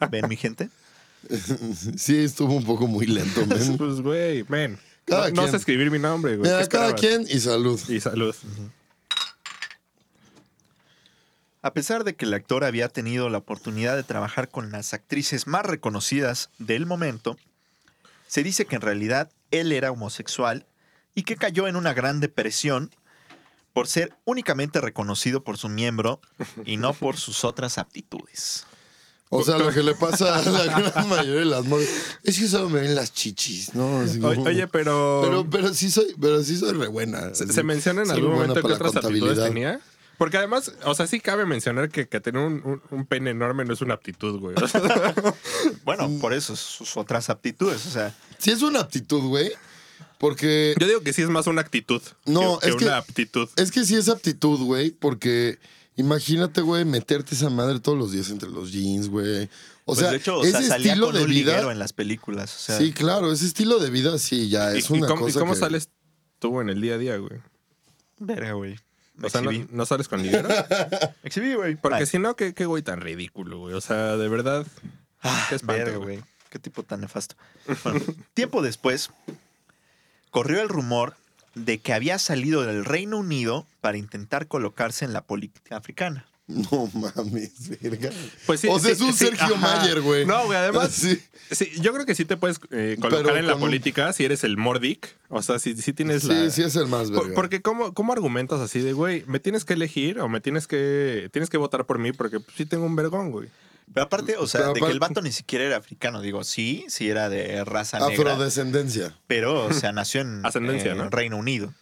S2: ¿Ven, mi gente?
S3: Sí, estuvo un poco muy lento, men.
S1: Pues, güey, men.
S3: Cada
S1: no, no
S3: quien.
S1: sé escribir mi nombre, güey.
S3: Mira,
S1: ¿Qué
S3: cada
S1: esperabas?
S3: quien y salud.
S1: Y salud.
S2: A pesar de que el actor había tenido la oportunidad de trabajar con las actrices más reconocidas del momento, se dice que en realidad él era homosexual y que cayó en una gran depresión por ser únicamente reconocido por su miembro y no por sus otras aptitudes.
S3: O sea, lo que le pasa a la gran mayoría de las morras es que solo me ven las chichis, ¿no? Así
S1: O-
S3: como-
S1: Oye, pero.
S3: pero, pero sí soy, pero sí soy re buena.
S1: ¿se,
S3: así.
S1: se menciona en
S3: Soy
S1: algún
S3: buena
S1: momento que
S3: para la
S1: otras aptitudes
S3: contabilidad.
S1: tenía? Porque además, o sea, sí cabe mencionar que, que tener un, un- un pene enorme no es una aptitud, güey. O sea,
S2: Bueno, por eso sus otras aptitudes, o sea,
S3: Sí es una aptitud, güey, porque
S1: yo digo que sí es más una actitud
S3: No,
S1: que,
S3: es que-
S1: una aptitud.
S3: es que sí es aptitud, güey, porque imagínate, güey, meterte esa madre todos los días entre los jeans, güey. O
S2: pues,
S3: sea,
S2: de hecho, o
S3: ese
S2: sea, salía
S3: estilo
S2: con
S3: de
S2: un liguero
S3: vida.
S2: en las películas, o sea,
S3: Sí, claro, ese estilo de vida sí ya
S1: ¿Y-
S3: Ah, es
S1: ¿Y,
S3: una
S1: cómo, y
S3: cosa
S1: cómo
S3: que-
S1: sales tú en el día a día, güey?
S2: verga, güey. Me
S1: O sea, no,
S2: exhibí.
S1: no sales con liguero.
S2: Exhibí, güey. Ah,
S1: Porque
S2: Bye.
S1: si no, ¿qué, qué güey tan ridículo, güey. O sea, de verdad.
S2: Ah,
S1: Qué espanto,
S2: verga,
S1: güey.
S2: güey. Qué tipo tan nefasto. Bueno, tiempo después, corrió el rumor de que había salido del Reino Unido para intentar colocarse en la política africana.
S3: No mames, verga.
S1: Pues sí,
S3: o sea,
S1: sí,
S3: es un
S1: sí,
S3: Sergio
S1: ajá.
S3: Mayer, güey.
S1: No, güey, además-
S3: Sí.
S1: Sí, yo creo que sí te puedes eh, colocar
S3: Pero
S1: en la
S3: con-
S1: política si eres el mordic. O sea, si, si tienes
S3: Sí,
S1: la.
S3: sí es el más
S1: Por-
S3: verga.
S1: porque ¿cómo, cómo argumentas así de, güey, me tienes que elegir o me tienes que tienes que votar por mí porque pues, sí tengo un vergón, güey.
S2: Pero aparte, o sea,
S3: Pero
S2: de que el
S3: aparte-
S2: vato ni siquiera era africano. Digo, sí, sí era de raza negra.
S3: Afrodescendencia.
S2: Pero, o sea, nació en,
S1: Ascendencia,
S2: en
S1: ¿no?
S2: Reino Unido.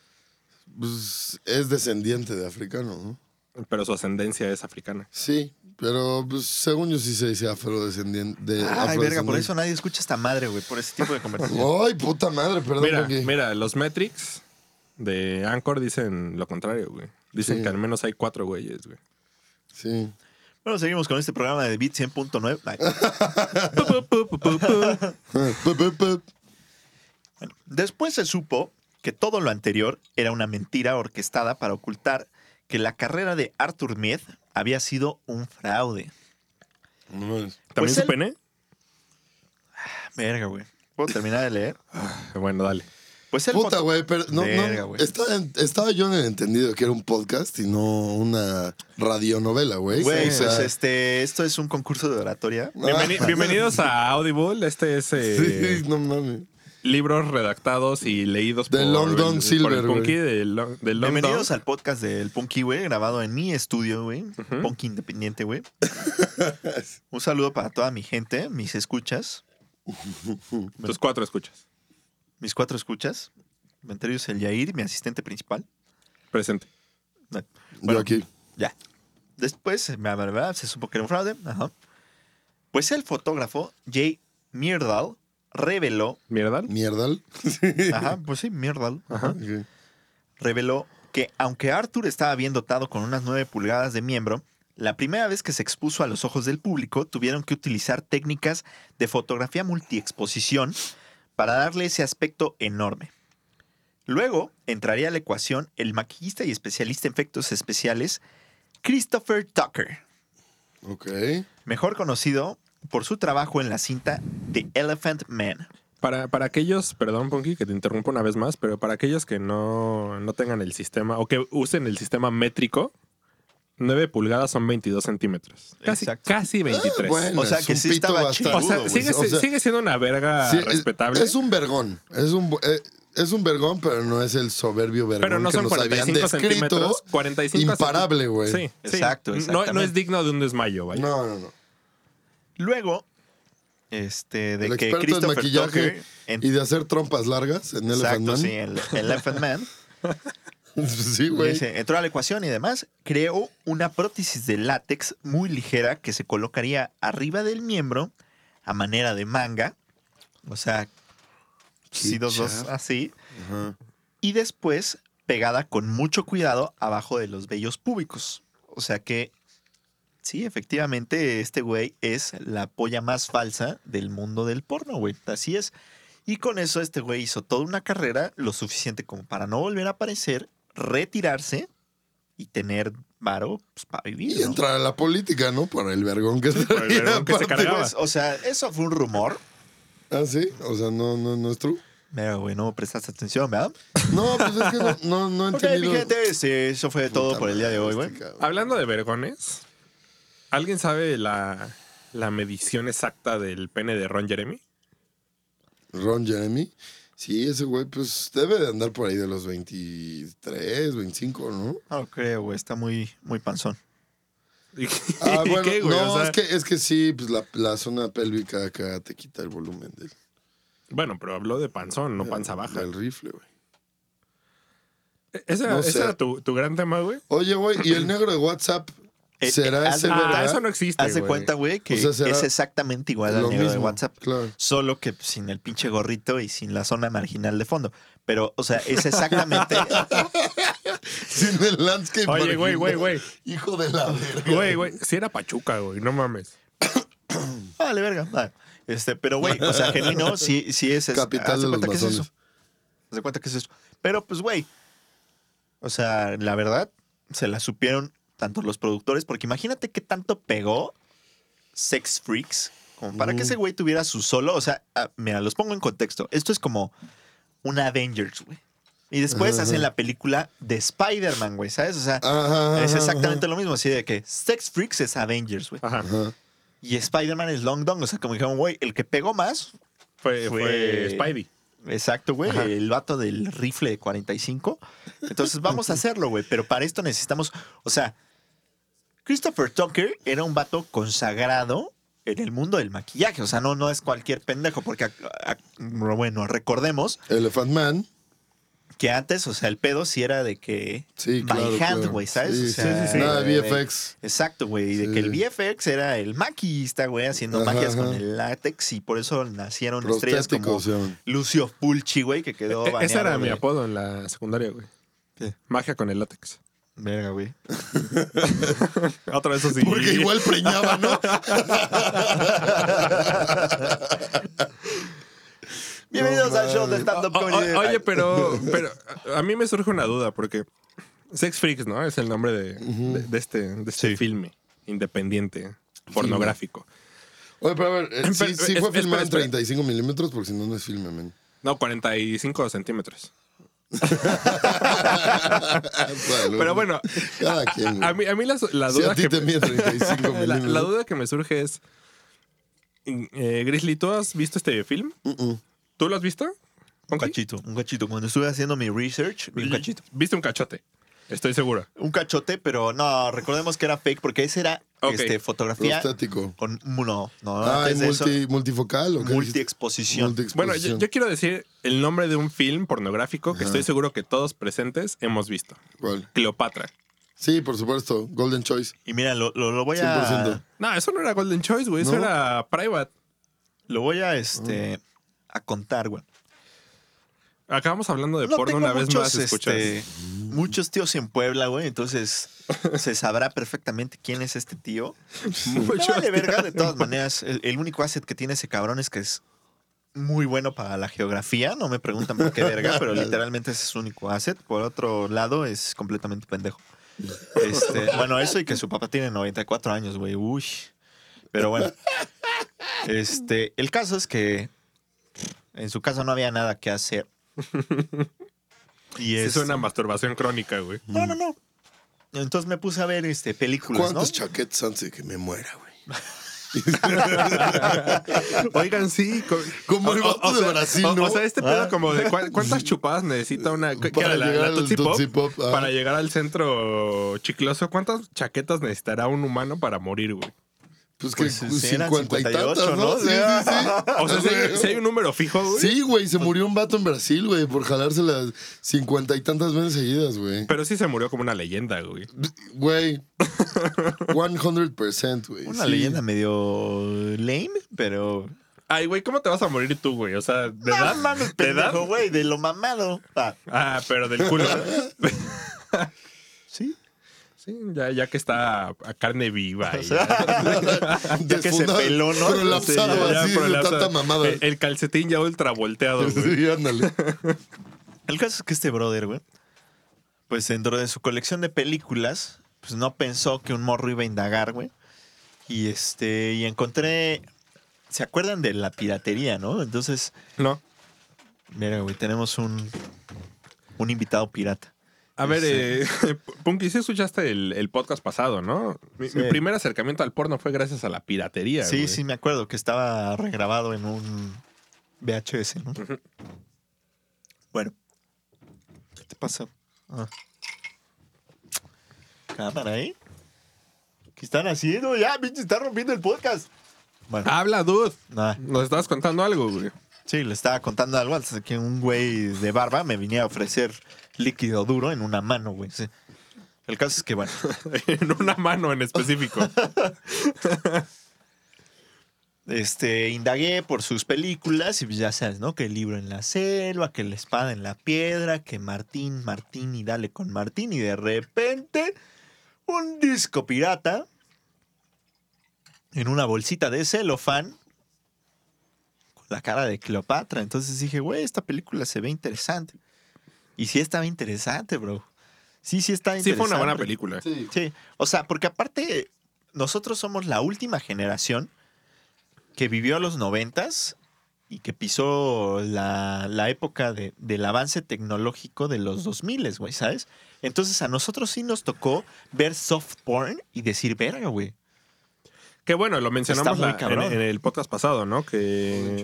S3: Pues, es descendiente de africano, ¿no?
S1: Pero su ascendencia es africana.
S3: Sí, pero pues, según yo sí se dice afrodescendiente.
S1: Eh,
S3: de-
S2: Ay, verga, por
S3: afrodescendiente.
S2: eso nadie escucha esta madre, güey, por ese tipo de
S1: Oh.
S2: conversación.
S3: Ay, puta madre, perdón.
S1: Mira,
S3: Coqui.
S1: mira, los metrics de Anchor dicen lo contrario, güey. Dicen
S3: Sí.
S1: que al menos hay cuatro güeyes, güey.
S3: Sí.
S2: bueno, seguimos con este programa de Beat 100.9. Ay.
S3: Ah, Pe, pe, pe.
S2: Bueno, después se supo que todo lo anterior era una mentira orquestada para ocultar que la carrera de Arthur Mead había sido un fraude.
S3: No mames.
S1: ¿También
S2: Pues
S1: su
S2: él- Ah,
S1: pene?
S2: Verga, güey. ¿Puedo terminar de leer?
S1: Bueno, dale.
S2: Pues el
S3: Puta,
S2: pot-
S3: güey, pero no, no,
S2: Verga, güey.
S3: estaba, en- estaba yo en el entendido que era un podcast y no una radionovela, güey.
S2: Güey,
S3: O sea,
S2: pues este, esto es un concurso de oratoria.
S1: Bienveni- bienvenidos a Audible. Este es eh,
S3: Sí, no mames.
S1: libros redactados y leídos
S3: De
S1: por,
S3: Long Don
S1: el- por
S3: Silver,
S1: el
S3: güey.
S1: Punky de, Lo- de Long
S2: Bienvenidos
S1: Don.
S2: al podcast del Punky, güey, grabado en mi estudio, güey. Punky Independiente, güey. Un saludo para toda mi gente, mis escuchas,
S1: Tus cuatro escuchas.
S2: mis cuatro escuchas. Entre ellos el Yair, mi asistente principal.
S1: Presente.
S2: Bueno,
S3: yo aquí.
S2: Ya. Después, me- me- me- se supo que era un fraude. Ajá. Pues el fotógrafo Jay Myrdal reveló,
S1: ¿Mierda?
S3: Mierdal.
S2: ajá, pues sí, Myrdal,
S1: Ajá.
S3: Ok.
S2: reveló que aunque Arthur estaba bien dotado con unas 9 pulgadas de miembro, la primera vez que se expuso a los ojos del público tuvieron que utilizar técnicas de fotografía multiexposición para darle ese aspecto enorme. Luego entraría a la ecuación el maquillista y especialista en efectos especiales Christopher Tucker,
S3: Ok.
S2: mejor conocido por su trabajo en la cinta The Elephant Man.
S1: Para, para aquellos, perdón, Punky, que te interrumpo una vez más, pero para aquellos que no, no tengan el sistema o que usen el sistema métrico, 9 pulgadas son 22 centímetros. Casi,
S2: Exacto.
S1: casi 23.
S3: Ah, Bueno,
S2: O sea,
S3: es
S2: que
S3: un
S2: sí
S3: pito
S2: estaba
S1: o
S2: chido.
S1: sea,
S2: güey.
S1: sigue,
S3: O sea,
S1: sigue siendo una verga
S3: Sí, es-
S1: respetable.
S3: Es, un vergón. Es un, bu- eh, es un vergón, pero no es el soberbio vergón
S1: pero no
S3: que
S1: son
S3: nos habían
S1: 45
S3: descrito.
S1: centímetros. 45
S3: Imparable, güey.
S1: Sí, sí.
S2: Exacto,
S1: No, no
S2: exactamente.
S1: es digno de un desmayo, vaya.
S3: No, no, no.
S2: Luego, este, de
S3: El
S2: que
S3: experto en
S2: Christopher
S3: maquillaje
S2: Tucker en-
S3: Y de hacer trompas largas en Elephant
S2: Exacto,
S3: Man.
S2: sí, el el Elephant Man.
S3: Sí,
S2: Y
S3: güey.
S2: ese, entró a la ecuación y demás, creó una prótesis de látex muy ligera que se colocaría arriba del miembro a manera de manga. O sea, sí, dos, dos,
S3: chafa.
S2: así.
S3: Ajá.
S2: Y después pegada con mucho cuidado abajo de los vellos púbicos. O sea que, sí, efectivamente, este güey es la polla más falsa del mundo del porno, güey. Así es. Y con eso este güey hizo toda una carrera lo suficiente como para no volver a aparecer, retirarse y tener varo pues, para vivir.
S3: Y
S2: ¿no?
S3: entrar a la política, ¿no? Por el vergón que,
S1: por el
S3: traía,
S1: vergón que se
S3: aparte.
S1: cargaba.
S2: Pues, o sea, eso fue un rumor.
S3: Ah, sí. O sea, no, no, no es true.
S2: Mira, güey, no prestaste atención, ¿verdad?
S3: No, pues es que no, no, no he
S2: Ok,
S3: entendido.
S2: mi gente, este, eso fue todo
S3: Puta
S2: por el día de
S3: madre,
S2: hoy, güey.
S3: este cabrón.
S1: Hablando de vergones, ¿alguien sabe la, la medición exacta del pene de Ron Jeremy?
S3: este Ron Jeremy. Sí, ese güey, pues debe de andar por ahí de los 23, 25, ¿no?
S2: No lo creo, güey, está muy, muy panzón.
S1: ¿Y
S3: Ah, bueno,
S1: qué, güey?
S3: no,
S1: O sea,
S3: es, que, es que sí, pues la, la zona pélvica acá te quita el volumen del,
S1: Bueno, pero habló de panzón, no panza baja. E-,
S3: del rifle, güey.
S1: ¿Ese era,
S3: no
S1: ese
S3: sé.
S1: era tu, tu gran tema, güey?
S3: Oye, güey, ¿y el negro de WhatsApp
S2: Eh,
S3: será
S2: eh,
S3: ese,
S2: ah,
S1: Ah,
S3: verga?
S1: eso no existe,
S2: Haz de
S1: güey.
S2: cuenta, güey, que
S3: O sea, será
S2: es exactamente igual al
S3: Lo
S2: negro de
S3: mismo,
S2: WhatsApp.
S3: claro.
S2: Solo que sin el pinche gorrito y sin la zona marginal de fondo. Pero, o sea, es exactamente.
S3: Sin el landscape.
S1: Oye, güey,
S3: marginal.
S1: güey, güey.
S3: Hijo de la verga.
S1: Güey, güey. Si era Pachuca, güey. No mames.
S2: vale, verga. vale. Este, pero, güey, o sea, genuino, sí, sí es. es- haz
S3: Capital de los
S2: cuenta que es
S3: masones.
S2: eso. Haz de cuenta que es eso. Pero, pues, güey. O sea, la verdad, se la supieron tanto los productores, porque imagínate qué tanto pegó Sex Freaks como para que
S3: Mm.
S2: ese güey tuviera su solo. O sea, ah, mira, los pongo en contexto. Esto es como un Avengers, güey. Y después
S3: Ajá.
S2: hacen la película de Spider-Man, güey, ¿sabes? O sea,
S3: Ajá,
S2: es
S3: ajá,
S2: exactamente lo mismo. Así de que Sex Freaks es Avengers, güey.
S1: Ajá.
S3: Ajá.
S2: Y Spider-Man es Long Dong. O sea, como dijeron, güey, el que pegó más.
S1: Fue, fue
S2: Fue-
S1: Spidey.
S2: Exacto, güey.
S1: Ajá.
S2: El vato del rifle de 45. Entonces vamos a hacerlo, güey. Pero para esto necesitamos. O sea, Christopher Tucker era un vato consagrado en el mundo del maquillaje. O sea, no, no es cualquier pendejo, porque, a- a- bueno, recordemos
S3: Elephant Man.
S2: que antes, o sea, el pedo sí era de que.
S3: Sí,
S2: by
S3: claro.
S2: hand,
S3: claro.
S2: güey, ¿sabes?
S3: Sí,
S2: O
S3: sí,
S2: sea, eh,
S3: sí, sí. Nada de
S2: de-
S3: VFX.
S2: Exacto, güey. Y de
S3: Sí.
S2: que el VFX era el maquillista, güey, haciendo
S3: Ajá,
S2: magias con
S3: ajá.
S2: el látex y por eso nacieron estrellas como
S3: Prostéticos, se llaman.
S2: Lucio Pulci, güey, que quedó
S1: E- Ese
S2: baneado
S1: era mi
S2: de-
S1: apodo en la secundaria, güey.
S2: ¿Qué?
S1: Magia con el látex.
S2: Verga, güey.
S1: Otra vez así.
S3: Porque igual preñaba, ¿no?
S2: Bienvenidos
S3: No
S2: al show de
S3: mames.
S1: O-
S2: stand-up
S1: o-
S2: comedy.
S1: o- oye, pero, pero a mí me surge una duda porque Sex Freaks, ¿no? Es el nombre de, de- de este, de este
S2: Sí.
S1: filme independiente, pornográfico.
S3: Oye, pero a ver, eh,
S1: Espera,
S3: sí, sí
S1: espera,
S3: fue filmado en
S1: espera.
S3: 35 milímetros, porque si no, no es filme, men.
S1: No, 45 centímetros.
S3: Salud.
S1: Pero bueno,
S3: Cada quien.
S1: a mí, a mí la, la
S3: si
S1: duda
S3: a ti
S1: que...
S3: te mide 35 milímetros.
S1: La, la duda que me surge es, eh, Grizzly, ¿tú has visto este film?
S3: Mm-mm.
S1: ¿Tú lo has visto?
S2: Un
S1: Ponky?
S2: cachito, un cachito. Cuando estuve haciendo mi research, vi un cachito.
S1: Viste un cachote, estoy seguro.
S2: Un cachote, pero no, recordemos que era fake porque ese era
S1: Ok.
S2: este, fotografía
S3: Prostético.
S2: con no, no,
S3: Ah,
S2: antes
S3: ¿y
S2: de eso,
S3: multi, multifocal o qué?
S2: multiexposición.
S1: Bueno, yo,
S3: Multiexposición.
S1: yo quiero decir el nombre de un film pornográfico que
S3: Ajá.
S1: estoy seguro que todos presentes hemos visto.
S3: ¿Cuál?
S1: Cleopatra.
S3: Sí, por supuesto. Golden Choice.
S2: y mira, lo, lo, lo voy a
S3: 100%.
S1: No, eso no era Golden Choice, güey. Eso
S3: ¿No?
S1: era Private.
S2: lo voy a este a contar, güey.
S1: Acabamos hablando de
S2: No
S1: porno
S2: tengo
S1: una vez
S2: muchos,
S1: más, escuchas.
S2: este, muchos tíos en Puebla, güey. Entonces se sabrá perfectamente quién es este tío.
S1: Muchos
S2: Me vale verga, de todas maneras. El, el único asset que tiene ese cabrón es que es muy bueno para la geografía. No me preguntan por qué verga, pero literalmente ese es su único asset. Por otro lado, es completamente pendejo. Este, bueno, eso y que su papá tiene 94 años, güey. Uy. Pero bueno. Este, el caso es que en su casa no había nada que hacer. Y
S1: Sí
S2: es.
S1: suena a masturbación crónica, güey.
S2: No, no, no. Entonces me puse a ver este, películas, ¿no?
S3: ¿Cuántos chaquetes antes de que me muera, güey?
S1: Oigan, sí. co-
S3: Como el vato de
S1: sea,
S3: Brasil,
S1: o-
S3: ¿no?
S1: O sea, este pedo como de cuán- cuántas chupadas necesita una... ¿qué
S3: Para
S1: era la,
S3: llegar
S1: la
S3: al
S1: Tootsie Pop?
S3: Tootsie Pop, ah.
S1: Para llegar al centro chicloso. ¿Cuántas chaquetas necesitará un humano para morir, güey?
S3: Pues que
S2: Pues, sí, eran
S3: 50 y
S2: 58,
S3: tantas, ¿no?
S2: ¿no?
S3: Sí, sí, sí.
S1: O sea, si hay, si hay un número fijo, güey. Pues-
S3: Sí, güey, se murió un vato en Brasil, güey, por jalarse las cincuenta y tantas veces seguidas, güey.
S1: Pero sí se murió como una leyenda, güey.
S3: Güey, 100%, güey.
S2: Una
S3: sí.
S2: leyenda medio lame, pero.
S1: Ay, güey, ¿cómo te vas a morir tú, güey? O sea, ¿de edad? ¿De edad?
S2: Pendejo, güey, de lo mamado. Ah,
S1: Ah, pero del culo.
S2: sí.
S1: Sí, ya, ya que está a carne viva.
S2: O
S1: y
S2: sea,
S1: ya-
S2: ya que se
S3: Desfundado,
S2: peló, ¿no?
S3: prolapsado,
S2: Sí,
S1: ya
S3: así, de
S1: prolapsa-
S3: tanta mamada.
S1: El, el calcetín ya ultra volteado, güey.
S3: Sí, ándale.
S2: El caso es que este brother, güey, pues dentro de su colección de películas, pues no pensó que un morro iba a indagar, güey. Y este, y encontré. ¿Se acuerdan de la piratería, no? Entonces,
S1: No.
S2: mira, güey, tenemos un, un invitado pirata.
S1: A ver,
S2: Sí.
S1: eh, Punky, sí escuchaste el, el podcast pasado, ¿no? Mi,
S2: Sí.
S1: mi primer acercamiento al porno fue gracias a la piratería,
S2: Sí,
S1: güey.
S2: sí, me acuerdo que estaba regrabado en un VHS, ¿no? Bueno. ¿Qué te pasa? Ah. Cámara, ¿eh? ¿Qué están haciendo? Ya, pinche, está rompiendo el podcast. Bueno,
S1: Habla, dude.
S2: nada.
S1: Nos estabas contando algo, güey.
S2: Sí, le estaba contando algo antes de que un güey de barba me viniera a ofrecer líquido duro en una mano, güey. sí. El caso es que, bueno,
S1: en una mano en específico.
S2: este, indagué por sus películas y pues ya sabes, ¿no? Que el libro en la selva, que la espada en la piedra, que Martín, Martín y dale con Martín y de repente un disco pirata en una bolsita de celofán con la cara de Cleopatra. Entonces dije, güey, esta película se ve interesante. Y sí estaba interesante, bro. Sí, sí estaba
S1: Sí
S2: interesante.
S1: fue una buena película.
S3: Sí.
S2: Sí, o sea, porque aparte nosotros somos la última generación que vivió los noventas y que pisó la, la época de- del avance tecnológico de los 2000, güey, ¿sabes? Entonces a nosotros sí nos tocó ver soft porn y decir, verga, güey.
S1: Que bueno, lo mencionamos
S2: Está muy
S1: la- en,
S2: cabrón.
S1: en el podcast pasado, ¿no? Que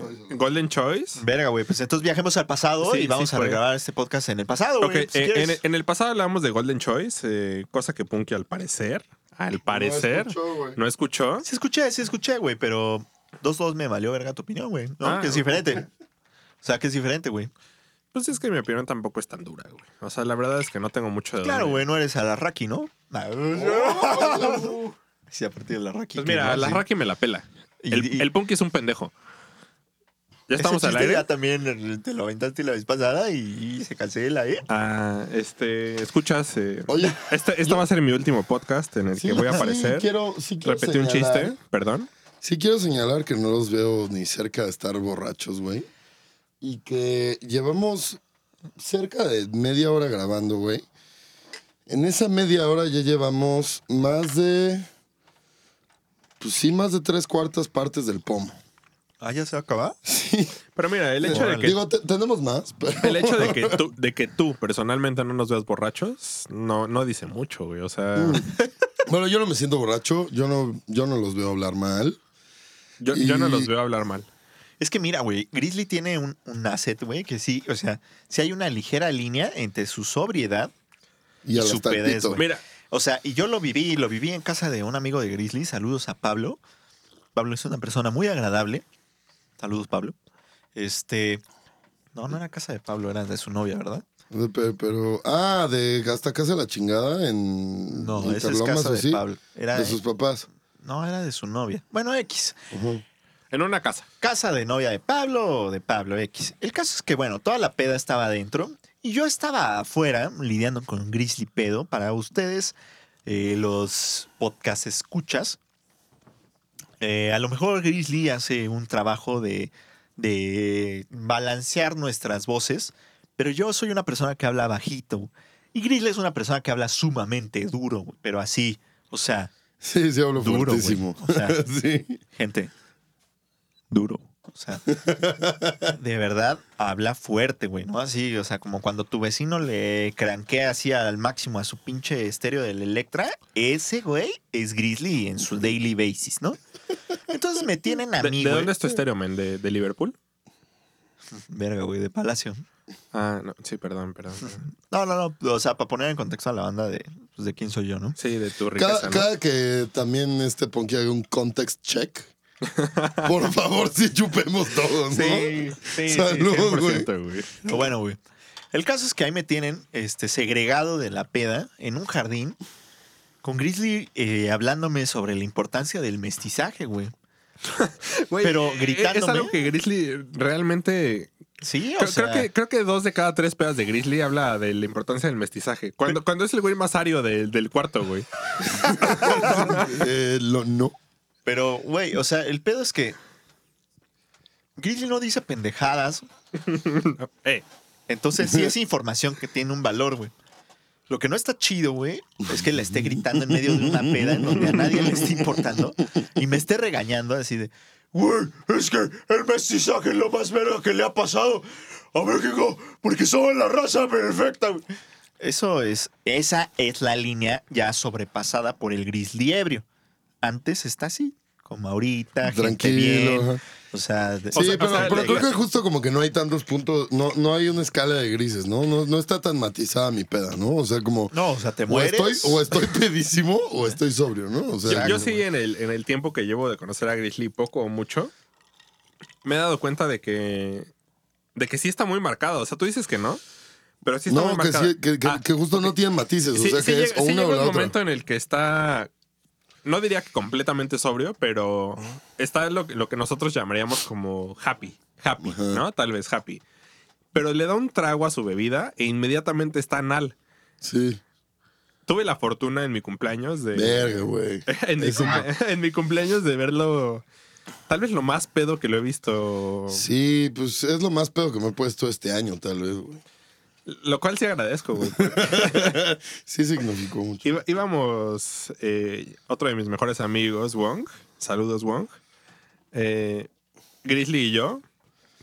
S3: Golden Choice.
S1: Golden Choice.
S2: Verga, güey, pues entonces viajemos al pasado
S1: Sí,
S2: y vamos
S1: sí,
S2: a
S1: fue.
S2: regrabar este podcast en el pasado,
S1: Ok,
S2: güey. si
S1: eh, en,
S2: quieres.
S1: en el pasado hablábamos de Golden Choice, eh, cosa que Punky al parecer al parecer,
S3: escuchó, güey.
S1: no escuchó.
S2: Sí escuché, sí escuché, güey, pero dos dos me valió verga tu opinión, güey. ¿no?
S1: Ah.
S2: que es diferente. O sea, que es diferente, güey.
S1: Pues es que mi opinión tampoco es tan dura, güey. O sea, la verdad es que no tengo mucho de
S2: Claro,
S1: dónde-
S2: güey, no eres alarraqui, ¿no? Ah, Sí, a partir del alarraqui.
S1: Pues mira, la Raki me la pela.
S2: Y-
S1: El,
S2: y-
S1: el Punky es un pendejo. Ya estamos al aire.
S2: Ya también te lo aventaste la vez pasada y, y se cancela, ¿eh?
S1: Ah, este, escuchas. eh,
S3: Oye,
S1: este este va a ser mi último podcast en el
S3: sí,
S1: que voy a
S3: sí,
S1: aparecer.
S3: quiero, sí quiero
S1: Repetí un
S3: señalar-
S1: chiste, perdón.
S3: Sí quiero señalar que no los veo ni cerca de estar borrachos, güey. Y que llevamos cerca de media hora grabando, güey. En esa media hora ya llevamos más de... Pues sí, más de tres cuartas partes del pomo.
S2: Ah, ya se va a acabar.
S3: Sí.
S1: Pero mira, el hecho de que
S3: Digo, te- tenemos más, pero...
S1: el hecho de que tú, de que tú personalmente no nos veas borrachos, no, no dice mucho, güey. O sea,
S3: Bueno, yo no me siento borracho, yo no, yo no los veo hablar mal.
S1: yo, yo no
S3: Y-
S1: los veo hablar mal.
S2: Es que mira, güey, Grizzly tiene un, un asset, güey, que sí, o sea, sí hay una ligera línea entre su sobriedad
S3: Y al
S2: Su
S3: hasta el
S2: pedez,
S3: pito.
S2: güey.
S1: Mira,
S2: O sea, y yo lo viví, lo viví en casa de un amigo de Grizzly. Saludos a Pablo. Pablo es una persona muy agradable. Saludos, Pablo. Este. No, no era casa de Pablo, era de su novia, ¿verdad?
S3: De- Pero, pero- ah, de hasta casa de la chingada en
S2: No, esa es
S3: Interlomas,
S2: casa
S3: ¿o
S2: de
S3: sí?
S2: Pablo. Era,
S3: de sus papás.
S2: No, era de su novia. Bueno, X.
S3: Ujú.
S1: en una casa.
S2: Casa de novia de Pablo o de Pablo X. El caso es que, bueno, toda la peda estaba adentro y yo estaba afuera lidiando con Grizzly Pedo para ustedes, eh, los podcast escuchas. Eh, a lo mejor Grizzly hace un trabajo de, de balancear nuestras voces, pero yo soy una persona que habla bajito y Grizzly es una persona que habla sumamente duro, güey, pero así, o sea,
S3: Sí, sí hablo
S2: Duro,
S3: fuertísimo.
S2: güey. O sea,
S3: sí.
S2: Gente, duro. O sea, de verdad, habla fuerte, güey, ¿no? Así, o sea, como cuando tu vecino le cranquea así al máximo a su pinche estéreo del Electra, ese güey es Grizzly en su daily basis, ¿no? Entonces me tienen a
S1: ¿De,
S2: mí,
S1: de
S2: güey.
S1: dónde es tu estéreo, men? ¿De, de Liverpool?
S2: Verga, güey, de Palacio.
S1: Ah, no, sí, perdón, perdón. perdón.
S2: No, no, no, o sea, para poner en contexto a la banda de, pues, de quién soy yo, ¿no?
S1: Sí, de tu
S3: Cada,
S1: riqueza, ¿no?
S3: cada que también este Ponky haga un context check, por favor, sí chupemos todos, ¿no?
S1: sí, sí,
S3: Salud,
S1: 100%, güey.
S2: Pero bueno, güey. El caso es que ahí me tienen este, segregado de la peda en un jardín con Grizzly eh, hablándome sobre la importancia del mestizaje, güey.
S1: Güey,
S2: Pero
S1: eh,
S2: gritándome.
S1: Es algo que Grizzly realmente.
S2: Sí, o
S1: Creo,
S2: sea,
S1: creo que, creo que dos de cada tres pedas de Grizzly habla de la importancia del mestizaje. Cuando, cuando es el güey más ario del- del cuarto, güey.
S3: Eh, lo- no.
S2: Pero, güey, o sea, el pedo es que Grizzly no dice pendejadas.
S1: Eh,
S2: Entonces sí es información que tiene un valor, güey. Lo que no está chido, güey, es que le esté gritando en medio de una peda en donde a nadie le esté importando y me esté regañando así de, güey, es que el mestizaje es lo más verga que le ha pasado a México porque somos la raza perfecta, güey. Eso es, esa es la línea ya sobrepasada por el gris liebrio. Antes está así, como ahorita, gente
S3: Tranquilo,
S2: bien,
S3: ajá.
S2: o sea... de-
S3: Sí,
S1: O sea,
S3: pero,
S1: o sea,
S3: pero
S1: de-
S3: creo que justo como que no hay tantos puntos, no, no hay una escala de grises, ¿no? ¿no? No está tan matizada mi peda, ¿no? O sea, como...
S2: No, o sea, te
S3: o,
S2: mueres.
S3: estoy, o estoy pedísimo o estoy sobrio, ¿no? O
S1: yo,
S3: sea,
S1: yo sí, en el, en el tiempo que llevo de conocer a Grizzly, poco o mucho, me he dado cuenta de que. de que sí está muy marcado. O sea, tú dices que no, pero sí está muy
S3: no, que,
S1: marcado.
S3: sí, que, que-
S1: Ah,
S3: que justo no tienen matices,
S1: sí-
S3: o sea,
S1: sí
S3: que
S1: llega,
S3: es o
S1: sí
S3: una
S1: llega
S3: o la
S1: un
S3: otra.
S1: momento en el que está. No diría que completamente sobrio, pero está lo, que- lo que nosotros llamaríamos como happy. Happy,
S3: Ajá.
S1: ¿no? Tal vez happy. Pero le da un trago a su bebida e inmediatamente está anal.
S3: Sí.
S1: Tuve la fortuna en mi cumpleaños de.
S3: Verga, güey.
S1: En eh. mi,
S3: Eso-
S1: cumple- en mi cumpleaños de verlo. Tal vez lo más pedo que lo he visto.
S3: Sí, pues es lo más pedo que me he puesto este año, tal vez, güey.
S1: Lo cual sí agradezco, güey.
S3: Sí significó mucho.
S1: Iba- íbamos. eh, otro de mis mejores amigos, Wong. Saludos, Wong. eh, Grizzly y yo.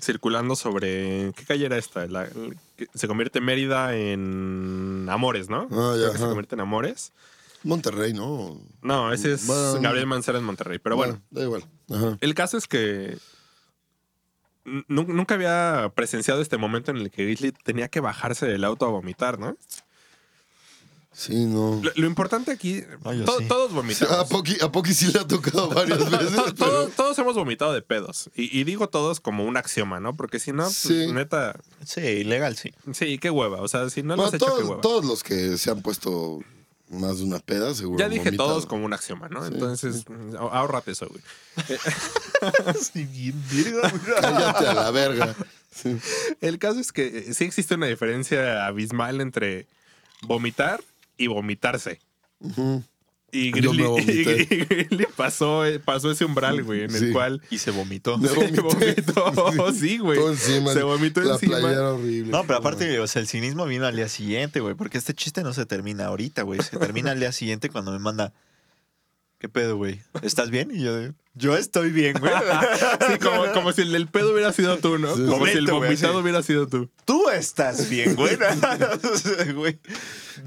S1: Circulando sobre. ¿Qué calle era esta? La- el- que se convierte Mérida en Amores, ¿no?
S3: Ah, ya,
S1: Creo que se
S3: ajá.
S1: convierte en Amores.
S3: Monterrey, ¿no?
S1: No, ese es
S3: Bueno,
S1: Gabriel Mancera en Monterrey. Pero bueno,
S3: Da igual. Ajá.
S1: El caso es que nu- nunca había presenciado este momento en el que Grizzly tenía que bajarse del auto a vomitar, ¿no?
S3: Sí, no.
S1: Lo, lo importante aquí,
S2: No, yo
S1: to-
S2: sí.
S1: todos
S3: A
S1: vomitamos.
S3: Pocky, a Pocky sí le ha tocado varias veces.
S1: To-
S3: Ah, pues, pero-
S1: todos, todos hemos vomitado de pedos. Y, y digo todos como un axioma, ¿no? Porque si no, pues,
S3: Sí.
S1: neta,
S2: Sí, ilegal, sí.
S1: sí, qué hueva. O sea, si no lo
S3: Bueno,
S1: has hecho, qué
S3: todos,
S1: hueva.
S3: todos los que se han puesto más de una peda, seguro.
S1: ya
S3: han
S1: dije
S3: vomitado.
S1: todos como un axioma, ¿no? Entonces, mm, ah- ahórrate eso, güey.
S2: Sí, bien, verga, güey.
S3: Cállate a la verga. Sí.
S1: El caso es que eh, sí existe una diferencia abismal entre vomitar y vomitarse.
S3: Ujú.
S1: Y
S3: Yo me
S1: Grilly,
S3: vomité.
S1: y Grilly pasó, eh, pasó ese umbral, güey, en el
S3: Sí.
S1: cual
S2: Y se vomitó.
S3: Me
S1: se
S3: vomité.
S1: vomitó. Sí, güey.
S3: Todo encima.
S1: Se vomitó
S3: la
S1: encima.
S3: playera horrible.
S2: No, pero aparte, o sea, el cinismo vino al día siguiente, güey. Porque este chiste no se termina ahorita, güey. Se termina al día siguiente cuando me manda. ¿Qué pedo, güey? ¿Estás bien? Y yo de, Yo estoy bien, güey.
S1: Ah, Sí, como, como si el del pedo hubiera sido tú, ¿no?
S3: Sí.
S1: Como si el
S2: Momento, güey,
S1: vomitado
S2: sí.
S1: hubiera sido tú.
S2: Tú estás bien, güey. O sea, güey,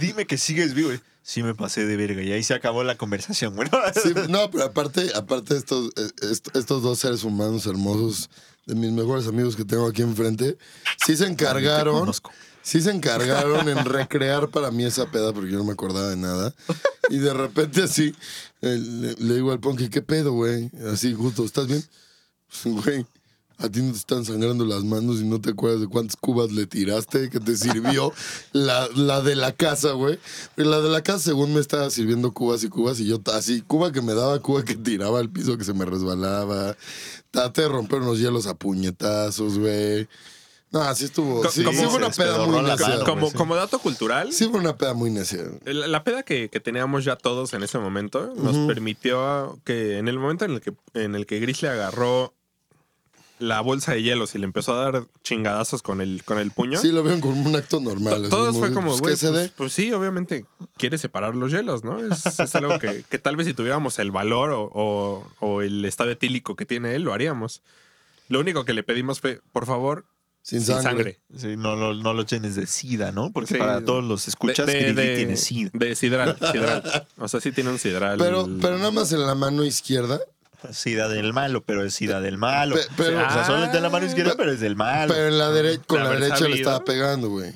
S2: Dime que sigues vivo. Sí me pasé de verga y ahí se acabó la conversación, güey.
S3: Sí, no, pero aparte, aparte estos, eh, est- estos dos seres humanos hermosos, de mis mejores amigos que tengo aquí enfrente, sí se encargaron.
S2: conozco.
S3: Sí se encargaron en recrear para mí esa peda porque yo no me acordaba de nada. Y de repente así, eh, le, le digo al Ponky, ¿qué pedo, güey? Así, justo, ¿estás bien? Güey, a ti no te están sangrando las manos y no te acuerdas de cuántas cubas le tiraste que te sirvió la, la de la casa, güey. Pero la de la casa, según me estaba sirviendo cubas y cubas, y yo ta- así, cuba que me daba, cuba que tiraba al piso, que se me resbalaba. Traté de romper unos hielos a puñetazos, güey. No, así estuvo.
S1: Co-
S3: Sí,
S1: como
S3: sí fue una
S2: se
S3: peda muy
S2: despedorró la
S3: necia.
S2: mano,
S1: como,
S2: güey, sí.
S1: como dato cultural,
S3: Sí fue una peda muy necia.
S1: la, la peda que, que teníamos ya todos en ese momento nos permitió que en el momento en el que, en el que Gris le agarró la bolsa de hielos y le empezó a dar chingadazos con el, con el puño.
S3: Sí lo vieron como un acto
S1: to-
S3: normal. así
S1: Todos fue como,
S3: pues,
S1: güey,
S3: que se
S1: pues,
S3: dé.
S1: pues sí, obviamente quiere separar los hielos, ¿no? Es, es algo que, que tal vez si tuviéramos el valor o, o- o el estado etílico que tiene él, lo haríamos. Lo único que le pedimos fue, por favor,
S3: Sin
S1: sin
S3: sangre.
S1: sangre.
S2: Sí, no, no, no lo llenes de sida, ¿no? Porque
S1: Sí.
S2: para todos los escuchas,
S1: de,
S2: Grilly
S1: de-
S2: tiene sida.
S1: de sidral, sidral. O sea, sí tiene un sidral.
S3: Pero, pero nada más en la mano izquierda.
S2: Sida del malo, pero es sida del malo.
S3: Pe- pero-
S2: o sea,
S1: Ah.
S2: solo es de la mano izquierda,
S3: Pe-
S2: pero es del malo.
S3: Pero en la derecha, con
S1: ¿La
S3: la,
S1: habrá
S3: derecha le
S1: sabido?
S3: estaba pegando, güey.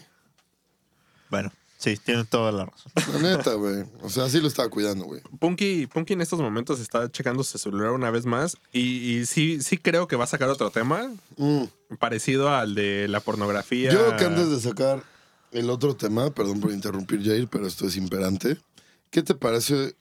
S2: Bueno, sí, tiene toda la razón.
S3: La neta, güey. O sea, sí lo estaba cuidando, güey.
S1: Punky, Punky en estos momentos está checando su celular una vez más y, y sí, sí creo que va a sacar otro tema
S3: Mm.
S1: parecido al de la pornografía.
S3: Yo creo que antes de sacar el otro tema, perdón por interrumpir, Jair, pero esto es imperante. ¿Qué te parece?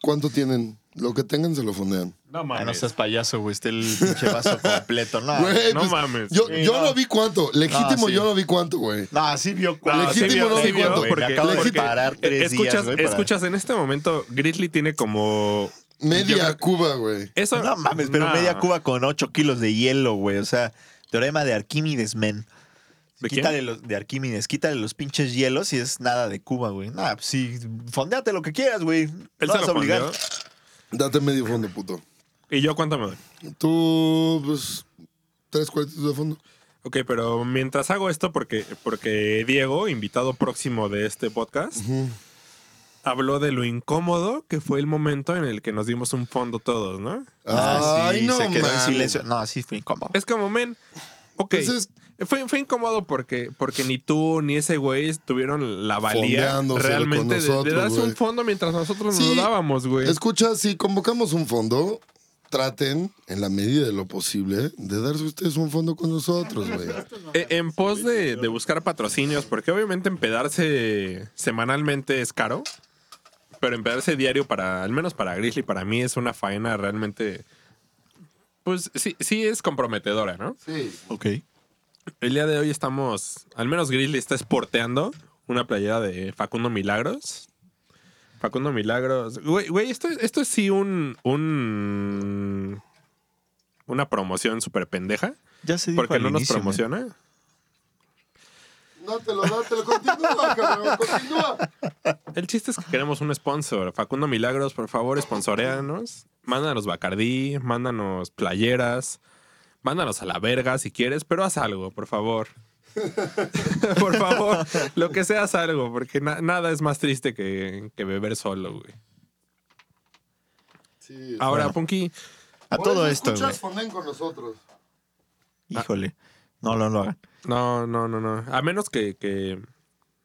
S3: ¿Cuánto tienen? Lo que tengan se lo fondean.
S1: No
S2: Ah,
S1: mames.
S2: no seas payaso, güey. Está el pinche vaso completo. No,
S3: Güey,
S1: Ah,
S3: pues,
S1: no mames.
S3: Yo,
S2: Sí,
S3: yo
S2: no.
S3: no. vi cuánto. Legítimo,
S2: Ah, sí.
S3: yo no vi cuánto, güey.
S2: no sí vio
S1: No,
S2: cuatro.
S1: sí
S3: legítimo
S1: vio,
S3: no
S1: sí
S3: vi
S1: vio,
S3: cuánto,
S1: porque,
S2: me acabo de
S1: porque
S2: parar tres
S1: escuchas,
S2: días, güey, para-
S1: escuchas en este momento, Grizzly tiene como... yo
S3: Media
S1: creo-
S3: Cuba, güey.
S1: Eso,
S2: No mames, pero
S1: no.
S2: media cuba con 8 kilos de hielo, güey. O sea, teorema de Arquímedes, men.
S1: ¿De quién?
S2: quítale los, de Arquímedes, quítale los pinches hielos y es nada de Cuba, güey. Nah, pues sí, fondeate lo que quieras, güey.
S1: Él
S2: No
S1: se lo
S2: vas a obligar.
S1: pondió.
S3: Date medio fondo, puto.
S1: ¿Y yo cuánto me doy?
S3: Tú, pues, tres cuartitos de fondo.
S1: Ok, pero mientras hago esto, porque, porque Diego, invitado próximo de este podcast, habló de lo incómodo que fue el momento en el que nos dimos un fondo todos, ¿no?
S2: Ah, sí,
S3: Ay, no
S2: se quedó en
S3: mames.
S2: silencio. No, sí fue incómodo.
S1: Es como, men, ok.
S3: Entonces-
S1: fue, fue incómodo porque, porque ni tú ni ese güey tuvieron la valía
S3: Fondeándose con
S1: realmente de- de,
S3: nosotros,
S1: darse un
S3: güey.
S1: fondo mientras nosotros
S3: Sí.
S1: nos lo dábamos, güey.
S3: Escucha, si convocamos un fondo, traten, en la medida de lo posible, de darse ustedes un fondo con nosotros, güey.
S1: E- En pos de, de buscar patrocinios, porque obviamente empedarse semanalmente es caro, pero empedarse diario para, al menos para Grizzly, para mí es una faena realmente, pues sí, sí es comprometedora, ¿no?
S3: Sí.
S2: Ok.
S1: El día de hoy estamos, al menos Grizzly está esporteando una playera de Facundo Milagros. Facundo Milagros. Güey, güey, esto, esto es sí un, un... Una promoción súper pendeja.
S2: Ya se dijo
S1: Porque
S2: al
S1: no nos
S2: inicio, ¿eh? men.
S1: promociona.
S3: Dátelo, dátelo, continúa, cabrón, continúa.
S1: El chiste es que queremos un sponsor. Facundo Milagros, por favor, sponsoreanos. Mándanos Bacardí, mándanos playeras, mándanos a la verga si quieres, pero haz algo, por favor. por favor, lo que sea, haz algo, porque na- nada es más triste que, que beber solo, güey.
S3: Sí.
S1: Ahora,
S2: Bueno.
S1: Punky,
S2: A
S3: Por
S2: todo
S3: eso
S2: esto, güey.
S3: escuchas, fonden con nosotros.
S2: Híjole. No, no lo hagan.
S1: no, no, no, no. A menos que, que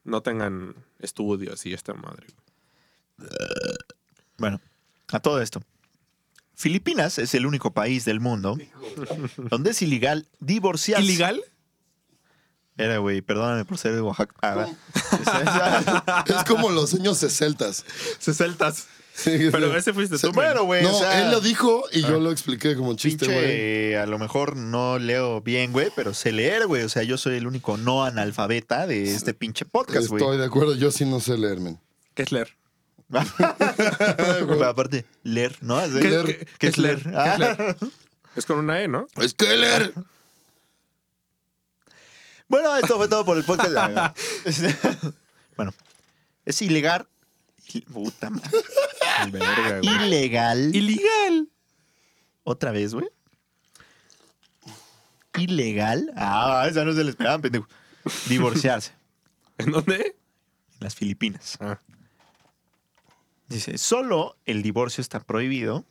S1: no tengan estudios y esta madre. güey.
S2: Bueno, a todo esto. Filipinas es el único país del mundo donde es ilegal divorciarse.
S1: ¿Ilegal?
S2: Era, güey, perdóname por ser de Oaxaca. Ah, va.
S3: Es como los años sesentas.
S1: Se saltas.
S3: Sí,
S1: Pero
S3: sí.
S1: ese fuiste tú.
S3: Se-
S1: men.
S2: bueno, güey,
S3: No,
S2: o sea, Ah.
S3: él lo dijo y yo lo expliqué como chiste,
S2: pinche,
S3: güey.
S2: a lo mejor no leo bien, güey, pero sé leer, güey. O sea, yo soy el único no analfabeta de este pinche podcast, güey.
S3: Estoy de acuerdo, yo sí no sé leer, men.
S1: ¿Qué es leer?
S2: Pero aparte, leer, ¿no? Así-
S1: ¿Qué-
S2: ¿Qué,
S1: qué- qué
S2: es leer?
S1: ¿Qué
S2: Ah.
S1: es leer? Es con una E, ¿no?
S3: Es que leer.
S2: Bueno, esto fue todo por el podcast. La- bueno, es ilegal. Puta madre.
S1: Verga, güey.
S2: Ilegal.
S1: Ilegal.
S2: Otra vez, güey. Ilegal. Ah, esa no se le esperaban, pendejo. Divorciarse
S1: ¿En dónde?
S2: en las Filipinas.
S1: Ah.
S2: Dice, solo el divorcio está prohibido.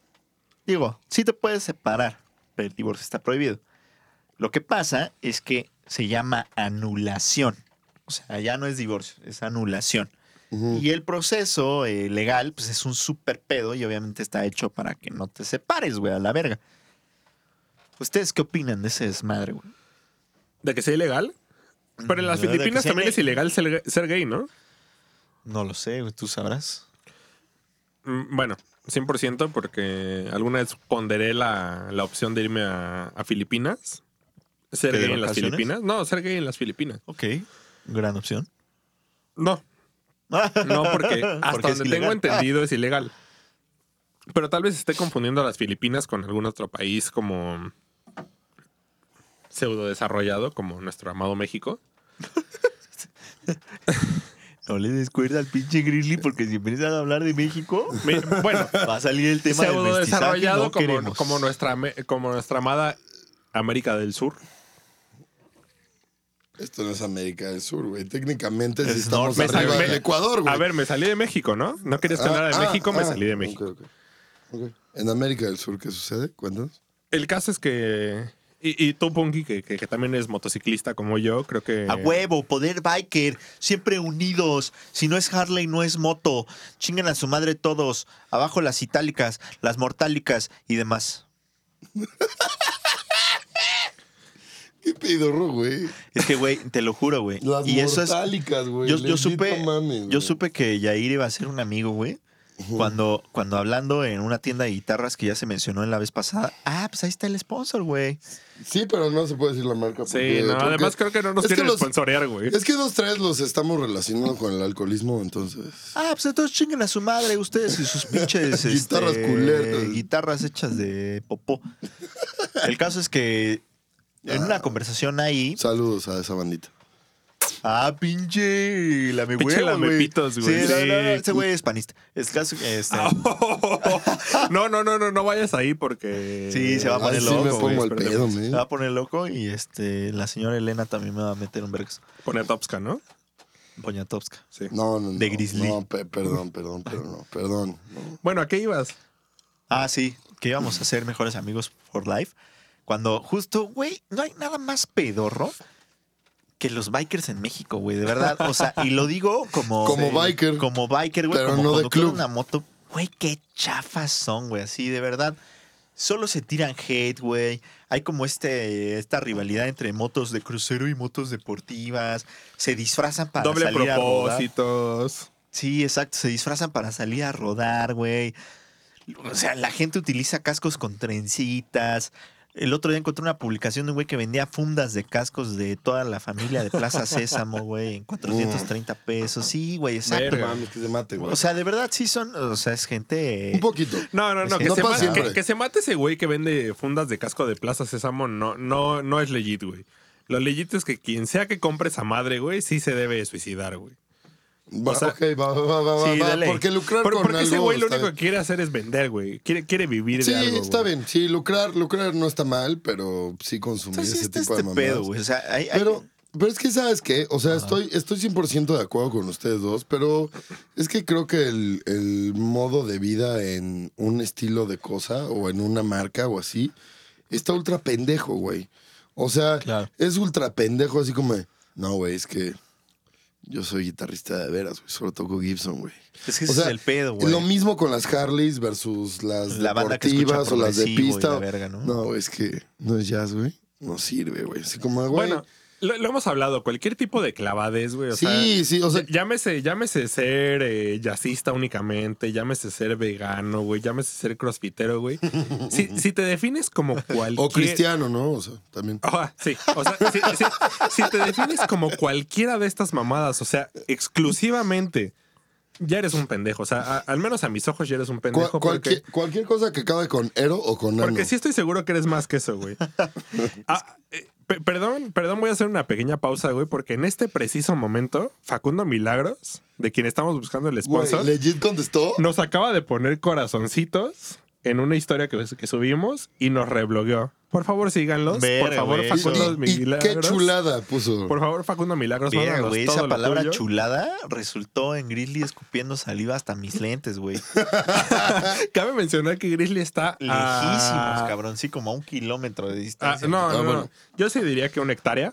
S2: Digo, sí te puedes separar, pero el divorcio está prohibido. Lo que pasa es que se llama anulación. O sea, ya no es divorcio, es anulación.
S3: Ujú.
S2: Y el proceso eh, legal, pues es un súper pedo y obviamente está hecho para que no te separes, güey, a la verga. ¿Ustedes qué opinan de ese desmadre, güey?
S1: ¿De que sea ilegal? Pero en las
S2: No, de que
S1: Filipinas
S2: sea
S1: también
S2: gay.
S1: es ilegal ser, ser gay, ¿no?
S2: No lo sé, güey, tú sabrás.
S1: Mm, Bueno, 100% porque alguna vez ponderé la, la opción de irme a, a Filipinas. ¿Ser
S2: ¿Pero de
S1: gay en las
S2: vacaciones?
S1: Filipinas? No, ser gay en las Filipinas.
S2: Ok, gran opción.
S1: No, no porque hasta
S2: Porque es
S1: donde
S2: ilegal. Ah.
S1: tengo entendido es ilegal. Pero tal vez esté confundiendo a las Filipinas con algún otro país como pseudo desarrollado, como nuestro amado México.
S2: No le descuerda al pinche Grizzly porque si empiezas a hablar de México,
S1: Mi- Bueno,
S2: va a salir el tema del
S1: pseudo
S2: mestizaje.
S1: desarrollado
S2: no
S1: como,
S2: queremos.
S1: como nuestra, ame- como nuestra amada América del Sur.
S3: Esto no es América del Sur, güey. Técnicamente sí
S2: Es
S3: estamos
S2: norte.
S1: Me
S3: arriba
S1: sal-
S3: del
S1: me-
S3: Ecuador, güey.
S1: A ver, me salí de México, ¿no? No querías que
S3: Ah,
S1: hablara de
S3: ah,
S1: México, me
S3: ah.
S1: salí de México.
S3: Ok, ok. Ok. En América del Sur, ¿qué sucede? Cuéntanos.
S1: El caso es que. Y, y tú, Punky, que, que- que también es motociclista como yo, creo que.
S2: A huevo, poder biker, siempre unidos. Si no es Harley, no es moto. Chingan a su madre todos. Abajo las itálicas, las mortálicas y demás.
S3: ¿Qué pedorro, güey?
S2: Es que, güey, te lo juro, güey.
S3: Las
S2: Y eso es.
S3: mortálicas, güey.
S2: Yo, yo
S3: Legit,
S2: supe,
S3: no mames,
S2: yo
S3: güey.
S2: supe que Yair iba a ser un amigo, güey. Cuando, cuando hablando en una tienda de guitarras que ya se mencionó en la vez pasada. Ah, pues ahí está el sponsor, güey.
S3: Sí, pero no se puede decir la marca.
S1: Sí,
S3: Eh, porque-
S1: no,
S3: porque-
S1: además creo que no nos
S3: es que
S1: quieren
S3: los-
S1: sponsorear, güey.
S3: Es que dos, tres los estamos relacionando con el alcoholismo, entonces.
S2: Ah, pues entonces chinguen a su madre ustedes y sus pinches este,
S3: Guitarras culeras.
S2: Guitarras hechas de popó. El caso es que en
S3: Ah.
S2: una conversación ahí.
S3: Saludos a esa bandita.
S2: Ah, pinche la me
S1: Pinche lamepitos, güey.
S2: Sí, no, no, no,
S1: Sí.
S2: ese güey es panista. Es caso que, este,
S3: Ah,
S1: no, no, no, no, no vayas ahí porque.
S2: Sí, se va a
S3: Ahí
S2: poner
S3: sí
S2: loco,
S3: me
S2: güey,
S3: pongo al
S1: espérate.
S3: pedo,
S2: se
S3: man.
S2: va a poner loco y este la señora Elena también me va a meter un vergas.
S1: Pone Topska, ¿no?
S2: Poniatowska.
S1: Sí.
S3: No, no, no.
S2: De Grizzly.
S3: No, pe- perdón, perdón, perdón, no, perdón. no.
S1: Bueno, ¿a qué ibas?
S2: Ah, sí, que íbamos a ser mejores amigos for life. Cuando justo, güey, no hay nada más pedorro que los bikers en México, güey, de verdad. O sea, y lo digo como.
S3: Como biker.
S2: Como biker, güey.
S3: Pero
S2: como
S3: no de
S2: conductor
S3: club.
S2: una moto. Güey, qué chafas son, güey, así, de verdad. Solo se tiran hate, güey. Hay como este, esta rivalidad entre motos de crucero y motos deportivas. Se disfrazan para
S1: Doble
S2: salir a rodar.
S1: propósitos.
S2: Sí, exacto. Se disfrazan para salir a rodar, güey. O sea, la gente utiliza cascos con trencitas. El otro día encontré una publicación de un güey que vendía fundas de cascos de toda la familia de Plaza Sésamo, güey, en 430 pesos. Sí, güey, exacto.
S1: Verga.
S3: Mames, que se mate, güey.
S2: O sea, de verdad sí son, o sea, es gente...
S1: Eh,
S3: Un poquito.
S1: No, no, no.
S2: Es
S1: Que,
S2: que-
S1: se ma-
S3: No para siempre.
S1: que, que se mate ese güey que vende fundas de casco de Plaza Sésamo no, no, no es legit, güey. Lo legit es que quien sea que compre esa madre, güey, sí se debe suicidar, güey.
S3: Va,
S1: o sea-
S3: ok, va, va, va, va,
S2: Sí,
S3: va,
S2: dale.
S3: Porque lucrar
S1: Por-
S3: con
S1: porque ese
S3: algo
S1: güey lo
S3: está
S1: único
S3: bien.
S1: que quiere hacer es vender, güey. Quiere, quiere vivir
S3: Sí,
S1: de algo.
S3: está
S1: güey.
S3: bien. Sí, lucrar, lucrar no está mal, pero sí consumir
S2: Entonces, sí está
S3: ese tipo
S2: este
S3: de mamadas.
S2: pedo, güey. O sea, hay, hay-
S3: Pero, pero es que, ¿sabes qué? O sea, estoy, estoy 100% de acuerdo con ustedes dos, pero es que creo que el, el modo de vida en un estilo de cosa o en una marca o así está ultra pendejo, güey. O sea,
S2: Claro.
S3: es ultra pendejo, así como, de, no, güey, es que Yo soy guitarrista de veras, güey. Solo toco Gibson, güey.
S2: Es que ese
S3: O sea,
S2: es el pedo, güey.
S3: Lo mismo con las Harleys versus las
S2: La banda que escucha
S3: deportivas o las de
S2: progresivo y
S3: pista.
S2: la verga, ¿no?
S3: No, es que no es jazz, güey. No sirve, güey. Así como, güey.
S1: Bueno, lo, lo hemos hablado, cualquier tipo de clavades, güey. O
S3: sí,
S1: sea,
S3: sí, o sea,
S1: llámese, llámese ser eh, jazzista únicamente, llámese ser vegano, güey, llámese ser crossfitero, güey. si, si te defines como cualquier...
S3: o cristiano, ¿no? O sea, también.
S1: Ajá, sí, o sea, si, si- si te defines como cualquiera de estas mamadas, o sea, exclusivamente, ya eres un pendejo. O sea, a- al menos a mis ojos ya eres un
S3: Cual-
S1: pendejo. porque-
S3: cualquier, cualquier cosa que acabe con ero o con nano.
S1: Porque sí estoy seguro que eres más que eso, güey. Ah, eh, pe- perdón, perdón, voy a hacer una pequeña pausa, güey, porque en este preciso momento, Facundo Milagros, de quien estamos buscando el
S3: Güey,
S1: sponsor,
S3: legit contestó.
S1: nos acaba de poner corazoncitos en una historia que, que subimos y nos reblogueó. Por favor, síganlos. por
S2: Verga,
S1: favor,
S2: güey.
S1: Facundo
S3: Y- y- y
S1: Milagros.
S3: qué chulada puso.
S1: Por favor, Facundo Milagros,
S2: Verga,
S1: mándanos
S2: güey,
S1: todo
S2: esa
S1: lo
S2: palabra
S1: tuyo.
S2: chulada resultó en Grizzly escupiendo saliva hasta mis lentes, güey.
S1: Cabe mencionar que Grizzly está
S2: Lejísimos,
S1: a-
S2: cabrón. Sí, como a un kilómetro de
S1: a-
S2: distancia.
S1: Ah. no,
S3: Ah,
S1: no, no.
S3: bueno.
S1: Yo sí diría que una hectárea.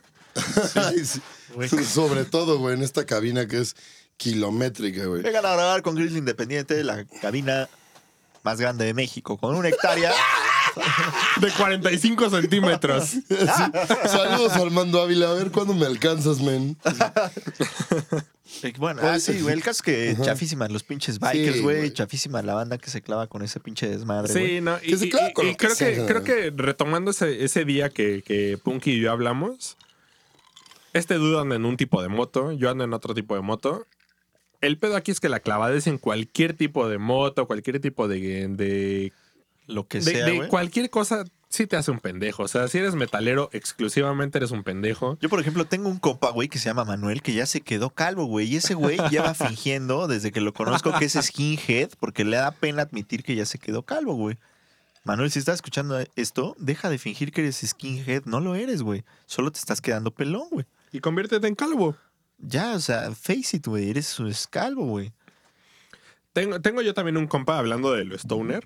S3: Ay, sí.
S2: Güey.
S3: Sobre todo, güey, en esta cabina que es kilométrica, güey.
S2: Vengan a grabar con Grizzly Independiente, la cabina más grande de México, con una hectárea.
S1: De 45 centímetros.
S3: Saludos Armando Ávila, a ver cuándo me alcanzas, men.
S2: Y bueno, ah, sí, güey. El caso es que chafísimas los pinches bikers,
S3: Sí,
S2: güey.
S3: güey.
S2: chafísima la banda que se clava con ese pinche desmadre, güey.
S1: Sí, no. Y,
S3: Que se
S1: y-
S3: clava con
S1: y
S3: lo que
S1: creo, que,
S3: sea.
S1: creo que retomando ese, ese día que, que Punky y yo hablamos, este dude anda en un tipo de moto, yo ando en otro tipo de moto. El pedo aquí es que la clavada es en cualquier tipo de moto, cualquier tipo de. de,
S2: Lo que
S1: de-
S2: sea,
S1: de
S2: güey.
S1: cualquier cosa, sí te hace un pendejo. O sea, si eres metalero, exclusivamente eres un pendejo.
S2: Yo, por ejemplo, tengo un compa, güey, que se llama Manuel, que ya se quedó calvo, güey. Y ese güey ya va fingiendo, desde que lo conozco, que es skinhead, porque le da pena admitir que ya se quedó calvo, güey. Manuel, si estás escuchando esto, deja de fingir que eres skinhead. No lo eres, güey. Solo te estás quedando pelón, güey.
S1: Y conviértete en calvo.
S2: Ya, o sea, face it, güey. Eres un calvo, güey.
S1: Tengo, tengo yo también un compa hablando de lo Stoner.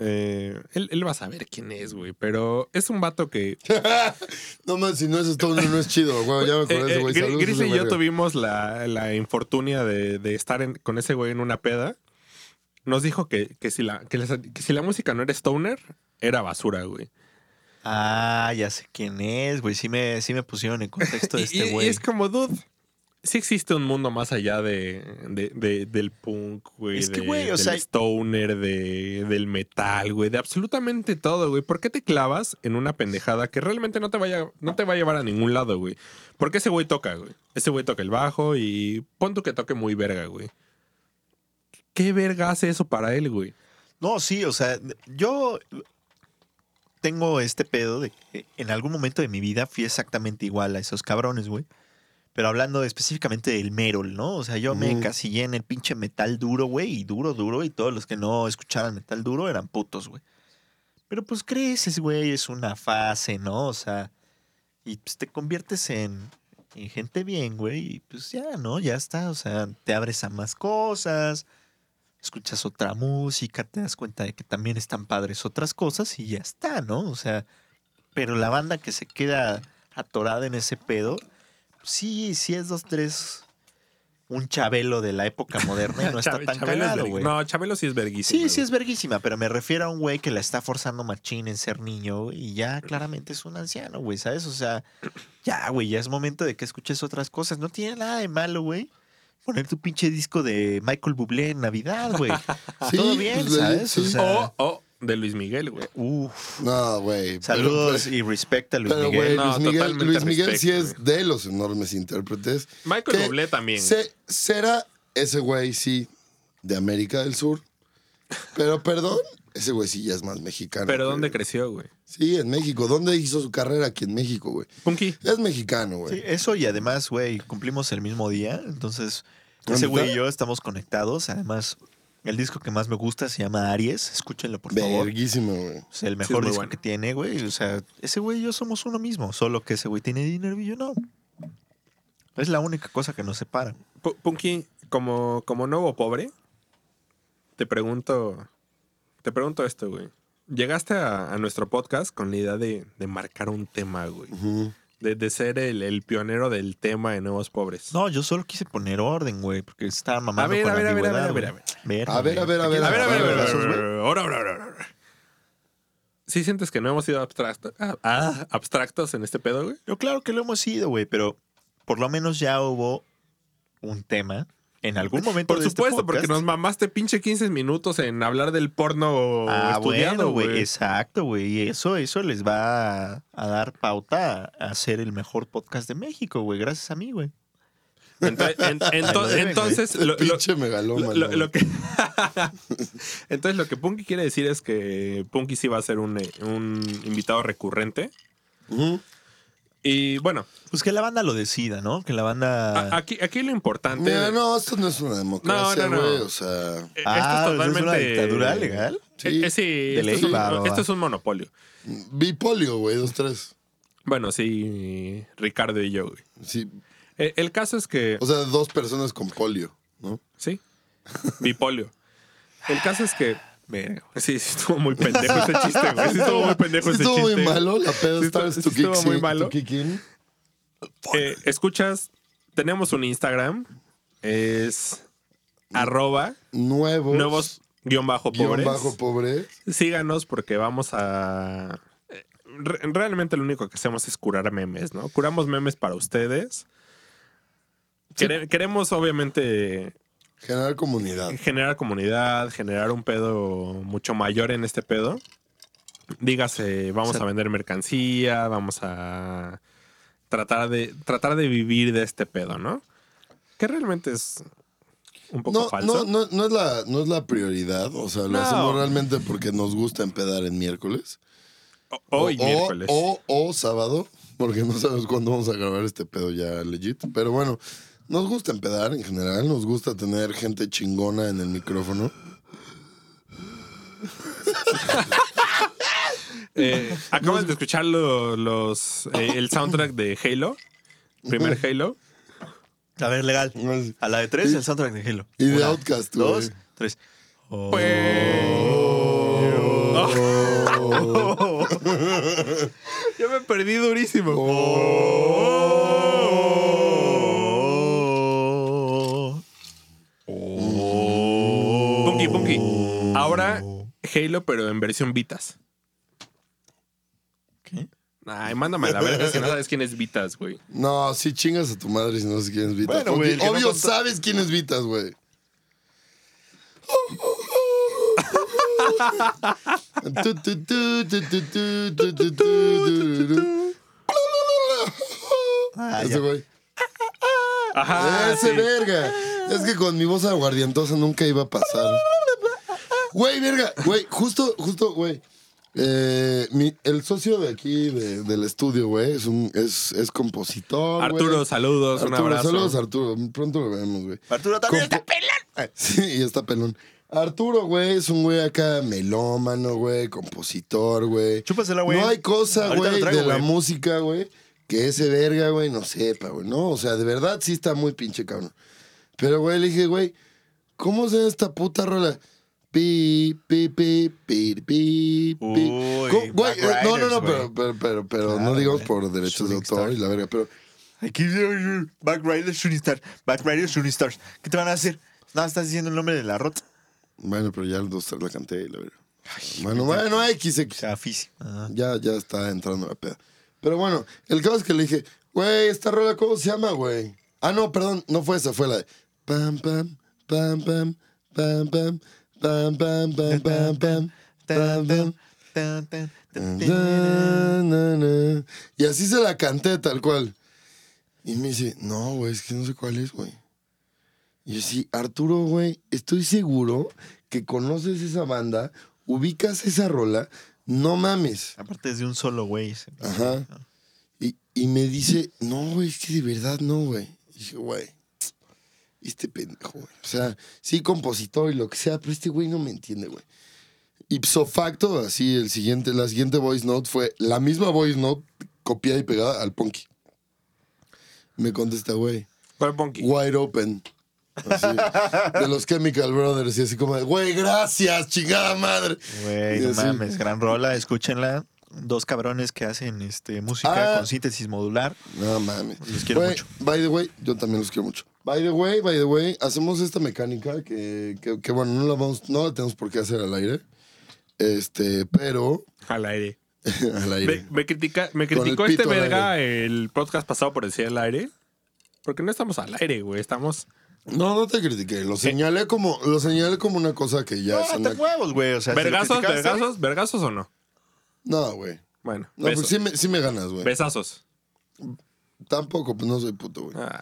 S1: Eh, él, él va a saber quién es, güey, pero es un vato que
S3: No más, si no es esto, no, no es chido, güey. Ya me acordé
S1: Eh,
S3: de ese
S1: eh,
S3: güey.
S1: Gri-
S3: Saludos,
S1: Gris
S3: ese
S1: y yo
S3: verga.
S1: tuvimos la, la infortunia de, de estar en- con ese güey en una peda. Nos dijo que, que si la, que, les- que si la música no era stoner, era basura, güey.
S2: Ah, ya sé quién es, güey. Sí me, sí me pusieron en contexto
S1: Y, y-
S2: de este
S1: y
S2: güey.
S1: es como, dude, sí existe un mundo más allá de, de- de- del punk, güey.
S2: Es que,
S1: de-
S2: güey, o
S1: del
S2: sea-
S1: stoner, de, del metal, güey. De absolutamente todo, güey. ¿Por qué te clavas en una pendejada que realmente no te, vaya, no te va a llevar a ningún lado, güey? Porque ese güey toca, güey. Ese güey toca el bajo y pon tú que toque muy verga, güey. ¿Qué verga hace eso para él, güey?
S2: No, sí, o sea, yo tengo este pedo de que en algún momento de mi vida fui exactamente igual a esos cabrones, güey. Pero hablando específicamente del Merol, ¿no? O sea, yo me
S3: Ujú.
S2: encasillé en el pinche metal duro, güey, y duro, duro, y todos los que no escucharan metal duro eran putos, güey. Pero pues creces, güey, es una fase, ¿no? O sea, y pues te conviertes en, en gente bien, güey, y pues ya, ¿no? Ya está, o sea, te abres a más cosas, escuchas otra música, te das cuenta de que también están padres otras cosas y ya está, ¿no? O sea, pero la banda que se queda atorada en ese pedo, sí, sí es dos, tres, un chabelo de la época moderna y no está
S1: Chab-
S2: tan
S1: Chabelo es
S2: calado,
S1: vergu-
S2: güey.
S1: No, Chabelo sí es verguísimo.
S2: Sí, sí es verguísima, pero me refiero a un güey que la está forzando machín en ser niño y ya claramente es un anciano, güey, ¿sabes? O sea, ya, güey, ya es momento de que escuches otras cosas. No tiene nada de malo, güey. Poner tu pinche disco de Michael Bublé en Navidad, güey.
S3: Sí,
S2: Todo bien,
S3: pues, la-
S2: ¿sabes? O
S3: sí.
S2: sea,
S1: O, o de Luis Miguel, güey.
S2: uf.
S3: No, güey.
S2: Saludos y respecta a Luis
S3: Pero,
S2: Miguel.
S3: güey,
S1: No,
S3: Luis Miguel,
S1: totalmente
S3: Luis Miguel sí
S1: respeto,
S3: es de los enormes intérpretes.
S1: Michael
S3: ¿Qué?
S1: Bublé también.
S3: Se- será ese güey, sí, de América del Sur. Pero perdón, ese güey sí ya es más mexicano.
S1: Pero
S3: güey.
S1: ¿dónde creció, güey?
S3: Sí, en México. ¿Dónde hizo su carrera? Aquí en México, güey.
S1: Punky.
S3: Es mexicano, güey.
S2: Sí, eso y además, güey, cumplimos el mismo día, entonces ese
S3: ¿Dónde
S2: güey y
S3: está?
S2: yo estamos conectados. Además, el disco que más me gusta se llama Aries, escúchenlo por favor.
S3: Verguísimo, güey.
S2: O sea, el
S1: es
S2: mejor
S1: muy
S2: disco
S1: bueno.
S2: que tiene, güey. O sea, ese güey y yo somos uno mismo. Solo que ese güey tiene dinero y yo no. Es la única cosa que nos separa.
S1: Pu- Punky, como, como nuevo pobre, te pregunto, te pregunto esto, güey. Llegaste a, a nuestro podcast con la idea de, de marcar un tema, güey.
S3: Ujú.
S1: de, de ser el, el pionero del tema de nuevos pobres.
S2: No, yo solo quise poner orden, güey, porque estaba mamando
S1: A ver,
S2: con
S1: a ver,
S2: la
S1: a ver, a ver,
S2: ambigüedad,
S1: a ver,
S2: güey.
S1: a ver.
S2: Verga,
S3: A ver, a
S2: güey.
S3: ver, a ver.
S1: A ver, a ver, a ver, a ver, a
S3: güey.
S1: ver, ahora, ahora, ahora, ahora. ¿Sí sientes que no hemos sido abstracto- ah, ah, abstractos en este pedo, güey?
S2: Yo claro que lo hemos ido, güey, pero por lo menos ya hubo un tema en algún momento
S1: Por
S2: de este
S1: supuesto, porque
S2: podcast.
S1: nos mamaste pinche 15 minutos en hablar del porno
S2: Ah,
S1: estudiado,
S2: bueno, güey,
S1: güey.
S2: exacto, güey. Y eso, eso les va a, a dar pauta a hacer el mejor podcast de México, güey. Gracias a mí, güey.
S1: Ento- en- ento-
S2: Lo deben,
S1: entonces, lo, lo-
S3: Pinche megalómano.
S1: lo- lo que... entonces, lo que Punky quiere decir es que Punky sí va a ser un, eh, un invitado recurrente.
S3: Ujú.
S1: Y bueno,
S2: Pues que la banda lo decida, ¿no? Que la
S1: a-
S2: banda.
S1: aquí, aquí lo importante.
S3: Mira, no, esto no es una democracia,
S1: No, no, no.
S3: güey. O sea,
S1: Eh,
S2: Ah,
S1: esto es
S2: pues
S1: totalmente.
S2: una dictadura legal.
S1: Eh, eh, sí, esto,
S2: ley,
S1: es un,
S2: va, va, va.
S1: esto es un monopolio.
S3: bipolio, güey, dos, tres.
S1: Bueno, sí, Ricardo y yo. güey.
S3: Sí.
S1: Eh, el caso es que.
S3: O sea, dos personas con polio, ¿no?
S1: Sí, bipolio. El caso es que.
S2: Verga, güey.
S1: Sí, sí, estuvo muy pendejo ese chiste, güey. Sí, estuvo muy pendejo
S3: Sí
S1: ese
S3: estuvo
S1: chiste.
S3: muy malo, la pedo
S1: Sí, estuvo-
S3: Stars to
S1: sí estuvo
S3: kick
S1: muy
S3: in-
S1: malo.
S3: to kick in.
S1: Eh, Escuchas, tenemos un Instagram. Es arroba
S3: Nuevos.
S1: nuevos guión bajo
S3: guión
S1: pobres.
S3: bajo pobre.
S1: Síganos porque vamos a. eh, re- Realmente lo único que hacemos es curar memes, ¿no? Curamos memes para ustedes. Quere- Queremos, obviamente,
S3: Generar comunidad.
S1: generar comunidad, generar un pedo mucho mayor en este pedo. Dígase, vamos
S2: O sea,
S1: a vender mercancía, vamos a tratar de, tratar de vivir de este pedo, ¿no? Que realmente es un poco
S3: No,
S1: falso.
S3: no, no, no es la, no es la prioridad. O sea, lo
S1: No.
S3: hacemos realmente porque nos gusta empedar en miércoles.
S1: O- Hoy
S3: o,
S1: miércoles.
S3: O, o sábado, porque no sabes cuándo vamos a grabar este pedo ya legit. Pero bueno, nos gusta empedar en general, nos gusta tener gente chingona en el micrófono.
S1: Eh, acabas de escuchar lo- los, eh, el soundtrack de Halo, primer Halo.
S2: A ver, legal.
S3: Y
S2: A la de tres, el soundtrack de Halo.
S3: de
S2: Una,
S3: Outcast, güey.
S2: Dos, tres. Oh.
S3: Oh.
S1: Yo me perdí durísimo.
S2: Oh.
S3: Oh.
S1: Punky, punky. Ahora Halo, pero en versión Vitas.
S2: ¿Qué?
S1: Ay, mándame a la verga si no sabes quién es Vitas, güey.
S3: No, sí chingas a tu madre si no sabes quién es Vitas.
S2: Bueno,
S3: Porque
S2: güey, el que no
S3: obvio
S2: contó-
S3: sabes quién es Vitas, güey. Tu, tu, tu, tu, tu, tu, tu, tu, tu, tu, tu.
S2: Ah,
S3: Ese
S2: ya.
S3: güey.
S2: Ah,
S1: Ajá.
S3: Ese
S1: sí.
S3: verga. Es que con mi voz aguardientosa nunca iba a pasar. Güey, verga. Güey, justo, justo, güey. Eh, mi- el socio de aquí, de- del estudio, güey, es, un, es, es compositor. güey.
S1: Arturo, saludos, un
S3: Arturo,
S1: abrazo.
S3: saludos, Arturo. Pronto lo vemos, güey.
S2: Arturo también
S3: Compo-
S2: está pelón.
S3: Ah, Sí, y está pelón. Arturo, güey, es un güey acá melómano, güey, compositor, güey.
S2: Chúpasela, güey.
S3: No hay cosa,
S2: Ahorita
S3: güey,
S2: lo traigo,
S3: de la
S2: güey.
S3: música, güey, que ese verga, güey, no sepa, güey, ¿no? O sea, de verdad sí está muy pinche cabrón. Pero, güey, le dije, güey, ¿cómo se llama esta puta rola? Pi, pi, pi, pi, pi, pi.
S2: Uy,
S3: ¿Cómo- güey,
S2: Black
S3: eh, no, no,
S2: Riders,
S3: no, pero, pero, pero, pero no
S2: Claro,
S3: digamos
S2: güey.
S3: por derechos de
S2: Shooting
S3: autor y la verga, pero...
S2: Aquí Back Riders Shooting Stars. Back Riders Shooting Stars. ¿Qué te van a hacer? No, estás diciendo el nombre de la rota.
S3: Bueno, pero ya el dos la canté y la verga. Bueno, bueno, X,
S2: O
S3: X.
S2: sea, Fizz. Ah.
S3: Ya, ya está entrando la peda. Pero bueno, el caso es que le dije, güey, esta rola, ¿cómo se llama, güey? Ah, no, perdón, no fue esa, fue la de pam, pam, pam, pam, pam, pam, pam, pam, pam, pam, pam, pam, pam.
S2: Tan, tan, tan, tan.
S3: Na, na, na. Y así se la canté tal cual. Y me dice, no, güey, es que no sé cuál es, güey. Y yo sí, Arturo, güey, estoy seguro que conoces esa banda, ubicas esa rola, no mames.
S2: Aparte es de un solo güey. ese.
S3: Ajá. Y, y me dice, no, güey, es que de verdad no, güey. Y dije, güey, este pendejo, güey. O sea, sí, compositor y lo que sea, pero este güey no me entiende, güey. Ipso facto, así, el siguiente, la siguiente voice note fue la misma voice note copiada y pegada al Ponky. Me contesta, güey,
S1: ¿Cuál Punky?
S3: wide open. Así, de los Chemical Brothers, y así como, de, güey, gracias, chingada madre.
S2: Güey,
S3: Y
S2: no
S3: así,
S2: mames. Gran rola, escúchenla. dos cabrones que hacen este, música
S3: Ah.
S2: con síntesis modular.
S3: No mames.
S2: Los quiero
S3: Güey,
S2: mucho.
S3: By the way, yo también los quiero mucho. By the way, by the way, hacemos esta mecánica que, que- que, bueno, no la, vamos, no la tenemos por qué hacer al aire. Este, pero.
S1: Al aire.
S3: al
S1: Me,
S3: aire.
S1: me critica, me
S3: Con el
S1: criticó este
S3: pito al
S1: verga el podcast pasado por decir al aire. Porque no estamos al aire, güey. Estamos.
S3: No, no te critiqué. Lo señalé como, lo señalé como una cosa que ya. se
S2: No, te
S3: anda-
S2: Ah, huevos, güey. O sea, si lo
S1: ¿Vergazos,
S2: criticaste-
S1: vergazos, vergazos o no?
S3: No, güey.
S1: Bueno,
S3: No,
S1: besos.
S3: pues sí me, sí me ganas, güey.
S1: besazos.
S3: Tampoco, pues no soy puto, güey.
S1: Ah,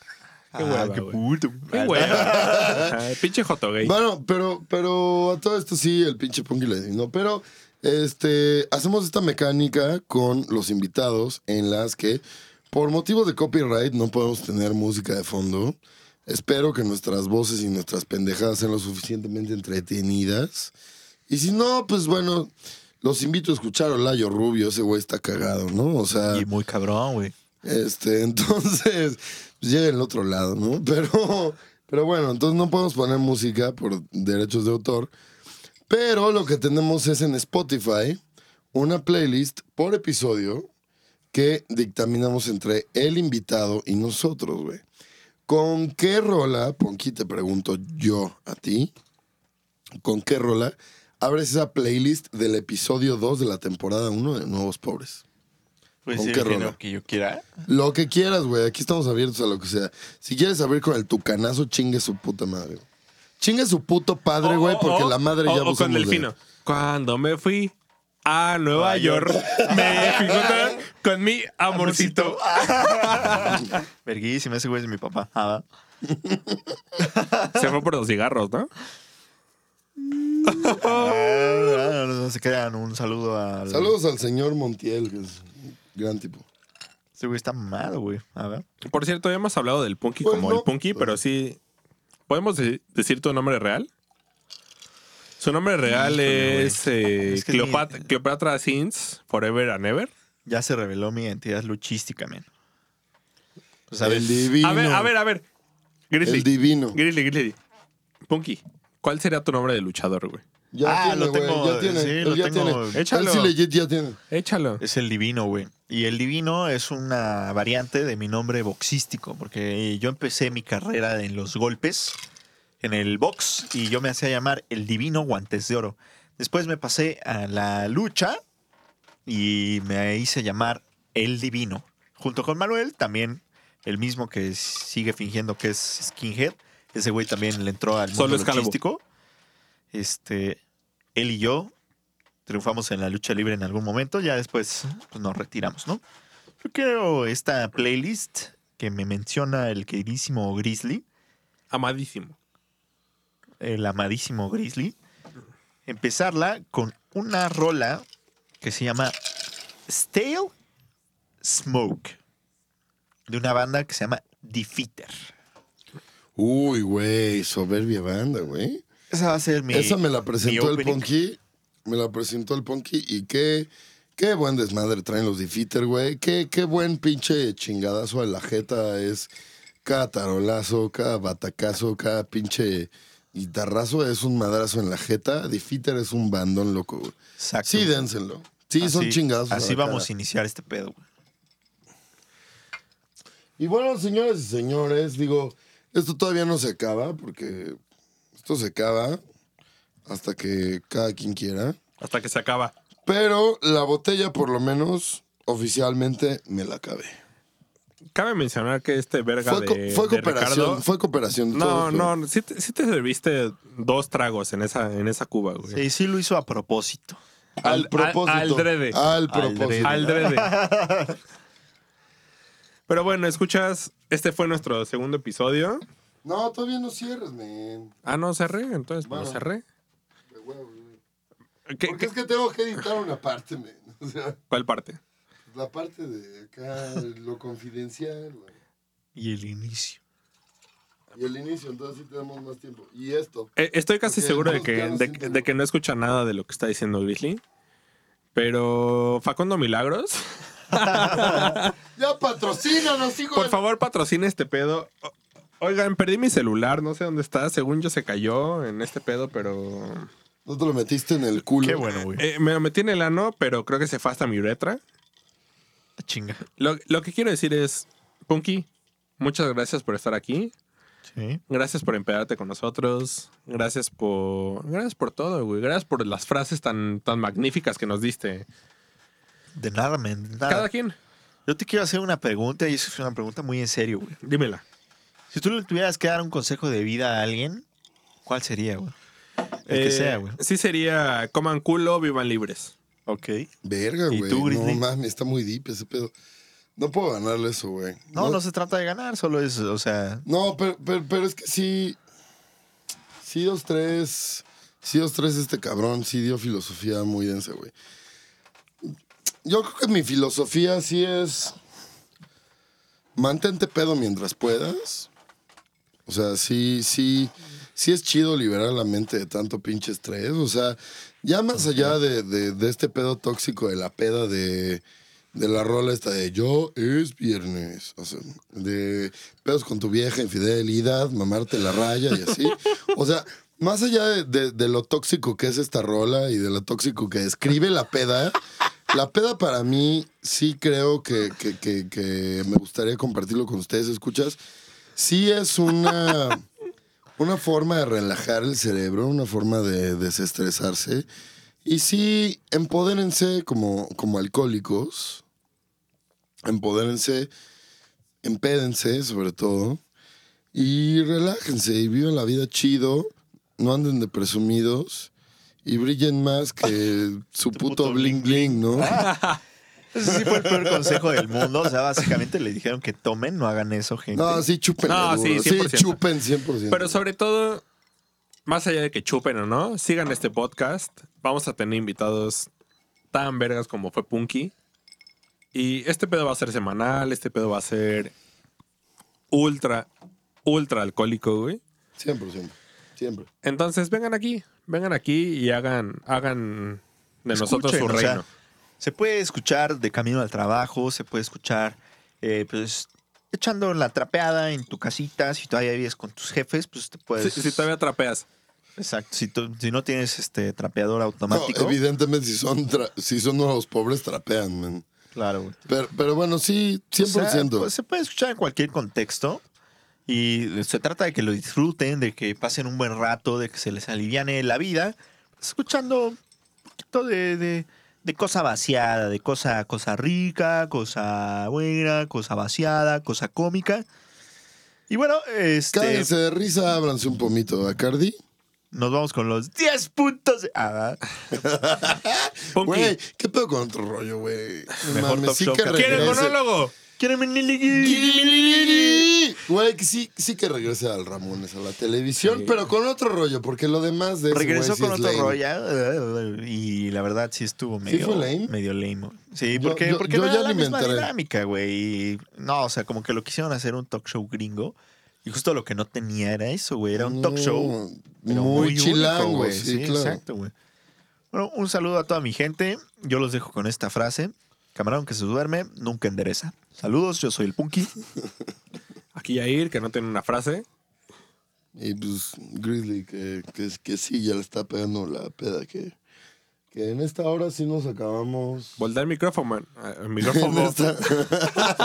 S1: qué
S2: Ah,
S1: hueva,
S2: qué
S1: güey.
S2: puto.
S1: Qué hueva. Ay, Pinche joto gay.
S3: Bueno, pero, pero a todo esto sí, el pinche Punky le ¿no? Pero este, hacemos esta mecánica con los invitados en las que, por motivos de copyright, no podemos tener música de fondo. Espero que nuestras voces y nuestras pendejadas sean lo suficientemente entretenidas. Y si no, pues bueno, los invito a escuchar a Olayo Rubio, ese güey está cagado, ¿no? O sea.
S2: Y muy cabrón, güey.
S3: Este, entonces, pues llega el otro lado, ¿no? Pero, pero bueno, entonces no podemos poner música por derechos de autor. Pero lo que tenemos es en Spotify una playlist por episodio que dictaminamos entre el invitado y nosotros, güey. ¿Con qué rola, Ponky, te pregunto yo a ti, con qué rola abres esa playlist del episodio 2 de la temporada 1 de Nuevos Pobres?
S2: Pues
S3: ¿Con
S2: sí,
S3: qué
S2: el género
S3: rola?
S2: que yo quiera.
S3: Lo que quieras, güey. Aquí estamos abiertos a lo que sea. Si quieres abrir con el tucanazo, chingue su puta madre. Chingue su puto padre,
S1: O-
S3: güey,
S1: o-
S3: porque
S1: o-
S3: la madre
S1: o- o
S3: ya
S1: oh, con
S3: abusamos de-
S1: Delfino. Cuando me fui a Nueva York, me encontré con mi amorcito.
S2: Verguísima, ese güey es mi papá. Ah, va.
S1: Se fue por los cigarros, ¿no?
S2: Ah, no se crean. Un saludo al.
S3: Saludos al señor Montiel, que es un gran tipo.
S2: Ese güey está mamado, güey. Ah, A ver.
S1: Por cierto, ya hemos hablado del Punky
S3: Pues
S1: como
S3: no.
S1: el Punky, pero sí. ¿Podemos de- decir tu nombre real? Su nombre real
S2: Híjole,
S1: es, eh,
S2: Es que
S1: Cleopat-
S2: ni-
S1: Cleopatra Sins, Forever and Ever.
S2: Ya se reveló mi identidad luchística, men. O sea, Pues a ver,
S3: el divino.
S1: A ver, a ver, a ver.
S3: El
S1: Grizzly,
S3: divino.
S1: Grizzly, Grizzly. Punky, ¿cuál sería tu nombre de luchador, güey?
S3: Ya
S2: Ah,
S3: tiene,
S2: lo
S3: güey,
S2: tengo,
S3: Ya tiene.
S2: sí,
S3: él
S2: lo
S3: ya
S2: tengo.
S3: tiene.
S1: Échalo.
S3: Él sí legit ya tiene.
S1: Échalo.
S2: Es el divino, güey. Y el divino es una variante de mi nombre boxístico, porque eh, yo empecé mi carrera en los golpes, en el box, y yo me hacía llamar el divino guantes de oro. Después me pasé a la lucha y me hice llamar el divino. Junto con Manuel, también el mismo que sigue fingiendo que es skinhead. Ese güey también le entró al mundo
S1: Solo es calvo.
S2: luchístico. Este, él y yo triunfamos en la lucha libre en algún momento, ya después pues, nos retiramos, ¿no? Yo creo oh, esta playlist que me menciona el queridísimo Grizzly,
S1: Amadísimo.
S2: el amadísimo Grizzly, empezarla con una rola que se llama Stale Smoke, de una banda que se llama Defeater.
S3: Uy, güey, soberbia banda, güey.
S2: Esa va a ser mi...
S3: Esa me la presentó el
S2: opening.
S3: Ponky. Me la presentó el Ponky y qué, qué buen desmadre traen los Defeater, güey. Qué, qué buen pinche chingadazo a la jeta es cada tarolazo, cada batacazo, cada pinche guitarrazo es un madrazo en la jeta. Defeater es un bandón loco, güey.
S2: Exacto.
S3: Sí, dénselo. Sí, son
S2: Así-
S3: chingazos. a
S2: Así
S3: la cara.
S2: vamos a iniciar este pedo, güey.
S3: Y bueno, señoras y señores, digo, esto todavía no se acaba porque esto se acaba hasta que cada quien quiera.
S1: Hasta que se acaba.
S3: Pero la botella, por lo menos, oficialmente me la acabé.
S1: Cabe mencionar que este verga
S3: Fue, co-
S1: de,
S3: fue
S1: de
S3: cooperación,
S1: Ricardo-
S3: fue cooperación. de
S1: No,
S3: todos,
S1: no, sí te, sí te serviste dos tragos en esa, en esa cuba, güey.
S2: Sí, sí lo hizo a propósito.
S3: pero Al,
S1: al-
S3: propósito.
S1: al drede.
S3: Al propósito.
S2: drede.
S1: Al drede. Pero bueno, escuchas, este fue nuestro segundo episodio.
S3: No, todavía no cierres, men.
S1: Ah, no cerré, entonces
S3: Bueno.
S1: no cerré.
S3: De huevo, güey.
S1: ¿Qué-
S3: Porque
S1: qué-
S3: es que tengo que editar una parte, men. O sea,
S1: ¿Cuál parte?
S3: la parte de acá, lo confidencial, güey.
S2: Y el inicio.
S3: Y el inicio, entonces sí tenemos más tiempo. Y esto.
S1: Eh, estoy casi
S3: Porque
S1: seguro de
S3: no,
S1: que,
S3: ya no
S1: de,
S3: siento
S1: que-
S3: nada.
S1: de que no escucha nada de lo que está diciendo Grizzly. Pero Facundo Milagros,
S3: Ya patrocínanos, hijo.
S1: por
S3: de-
S1: favor patrocina este pedo. O- Oigan, perdí mi celular, no sé dónde está. Según yo se cayó en este pedo, pero
S3: No te lo metiste en el culo.
S2: Qué bueno, güey.
S1: Eh, me lo metí en el ano, pero creo que se fue hasta mi uretra.
S2: Ah, Chinga.
S1: Lo, lo que quiero decir es, Punky, muchas gracias por estar aquí.
S2: Sí.
S1: Gracias por empedarte con nosotros. Gracias por. Gracias por todo, güey. Gracias por las frases tan, tan magníficas que nos diste.
S2: De nada, men. de nada.
S1: Cada quien.
S2: Yo te quiero hacer una pregunta y eso es una pregunta muy en serio, güey.
S1: Dímela.
S2: Si tú le tuvieras que dar un consejo de vida a alguien, ¿cuál sería, güey? El que
S1: Eh,
S2: sea, güey.
S1: Sí, sería coman culo, vivan libres.
S2: Ok.
S3: Verga,
S2: ¿Y
S3: güey.
S2: tú, Grizzly?
S3: No mames, está muy deep ese pedo. No puedo ganarle eso, güey.
S2: No, no, se trata de ganar, solo es, o sea,
S3: No, pero, pero, pero es que sí. Sí, dos, tres. Sí, dos, tres, este cabrón sí dio filosofía muy densa, güey. Yo creo que mi filosofía sí es. Mantente pedo mientras puedas. O sea, sí, sí. Sí es chido liberar la mente de tanto pinche estrés. O sea, ya más allá de, de- de este pedo tóxico, de la peda de, de la rola esta de yo es viernes. O sea, de pedos con tu vieja, infidelidad, mamarte la raya y así. O sea, más allá de, de- de lo tóxico que es esta rola y de lo tóxico que describe la peda, la peda para mí sí creo que, que- que- que me gustaría compartirlo con ustedes, escuchas. Sí es una... Una forma de relajar el cerebro, una forma de desestresarse. Y sí, empodérense como, como alcohólicos. Empodérense, empédense sobre todo. Y relájense y vivan la vida chido. No anden de presumidos. Y brillen más que su puto,
S2: puto
S3: bling bling, ¿no?
S2: ese sí fue el peor consejo del mundo. O sea, básicamente le dijeron que tomen, no hagan eso, gente.
S3: No, sí, chupen.
S1: No, sí,
S3: sí,
S1: 100%.
S3: chupen 100%.
S1: Pero sobre todo, más allá de que chupen o no, sigan este podcast. Vamos a tener invitados tan vergas como fue Punky. Y este pedo va a ser semanal, este pedo va a ser ultra, ultra alcohólico, güey.
S3: Siempre, siempre. Siempre.
S1: Entonces, vengan aquí, vengan aquí y hagan, hagan de nosotros su
S2: Escuchen, o sea,
S1: reino.
S2: se puede escuchar de camino al trabajo, se puede escuchar, eh, pues, echando la trapeada en tu casita. Si todavía vives con tus jefes, pues te
S1: Si-
S2: puedes.
S1: si, todavía trapeas.
S2: Exacto. Si, tú- si no tienes este trapeador
S3: No,
S2: automático.
S3: evidentemente, si son, tra- si son unos pobres, trapean, man.
S2: claro, güey.
S3: Pero, pero bueno, sí, 100%.
S2: O sea, pues, se puede escuchar en cualquier contexto. Y se trata de que lo disfruten, de que pasen un buen rato, de que se les aliviane la vida, escuchando un poquito de, de- de cosa vaciada, de cosa, cosa rica, cosa buena, cosa vaciada, cosa cómica. Y bueno, este,
S3: Cáguense de risa, ábranse un pomito, Bacardi.
S2: nos vamos con los 10 puntos. de- Ah,
S1: Punky,
S3: Güey, ¿qué pedo con otro rollo, güey? No
S2: Mejor
S3: mames,
S2: Top
S3: sí
S2: Show
S3: que
S2: que-
S1: ¿Quieren
S3: regrese.
S1: monólogo?
S2: ¿Quieren mi niligui?
S3: Güey, que sí, sí que regrese al Ramones a la televisión, pero con otro rollo, porque lo demás de ese
S2: Regresó
S3: güey sí
S2: con
S3: es
S2: otro
S3: lame.
S2: rollo ¿eh? y la verdad sí estuvo medio
S3: fue lame?
S2: medio lame. Sí,
S3: Yo-
S2: porque,
S3: yo-
S2: porque
S3: yo
S2: no
S3: ya
S2: era la
S3: ni me
S2: misma
S3: enteré.
S2: dinámica, güey. Y No, o sea, como que lo quisieron hacer un talk show gringo y justo lo que no tenía era eso, güey. Era un talk show
S3: Mm, Muy,
S2: pero único,
S3: chilango, sí, claro.
S2: exacto, güey. Bueno, un saludo a toda mi gente. Yo los dejo con esta frase. Camarón que se duerme, nunca endereza. Saludos, yo soy el Punky.
S1: Aquí Yair, que no tiene una frase.
S3: Y pues Grizzly, que, que, que sí, ya le está pegando la peda, que, que en esta hora sí nos acabamos.
S1: Voltea el micrófono, man. Ah, El
S3: En
S1: micrófono.
S3: esta-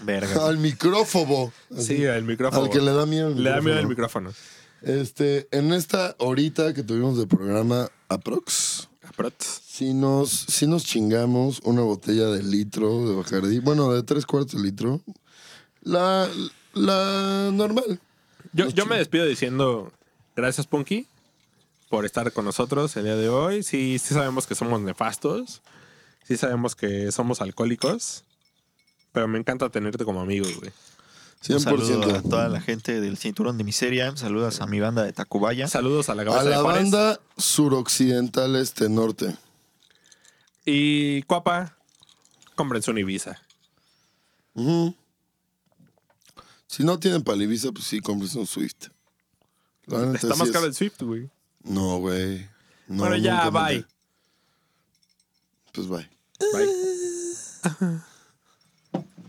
S2: Verga.
S3: al micrófobo.
S1: sí, el micrófono.
S3: Al que le da miedo. el
S1: Le da miedo el
S3: micrófono.
S1: micrófono.
S3: Este, en esta horita que tuvimos de programa Aprox,
S1: Aprot.
S3: si nos, si nos chingamos una botella de litro de Bacardí, bueno, de tres cuartos de litro, la, la normal.
S1: Yo, yo me despido diciendo gracias, Punky, por estar con nosotros el día de hoy. Sí, sí sabemos que somos nefastos. Sí sabemos que somos alcohólicos. Pero me encanta tenerte como amigo, güey.
S3: 100%.
S2: Un saludo a toda la gente del Cinturón de Miseria. Saludos a mi banda de Tacubaya.
S1: Saludos a la
S3: A
S1: cabeza de
S3: la
S1: Juárez.
S3: banda suroccidental este norte.
S1: Y Cuapa, compren su Ibiza.
S3: Ujú. Si no tienen palivisa, pues sí, compres un Swift. La neta
S1: Está
S3: sí
S1: más
S3: es-
S1: caro el Swift, güey.
S3: No, güey. No,
S1: bueno, ya,
S3: nunca me
S1: bye.
S3: enteré. Pues bye.
S1: Bye.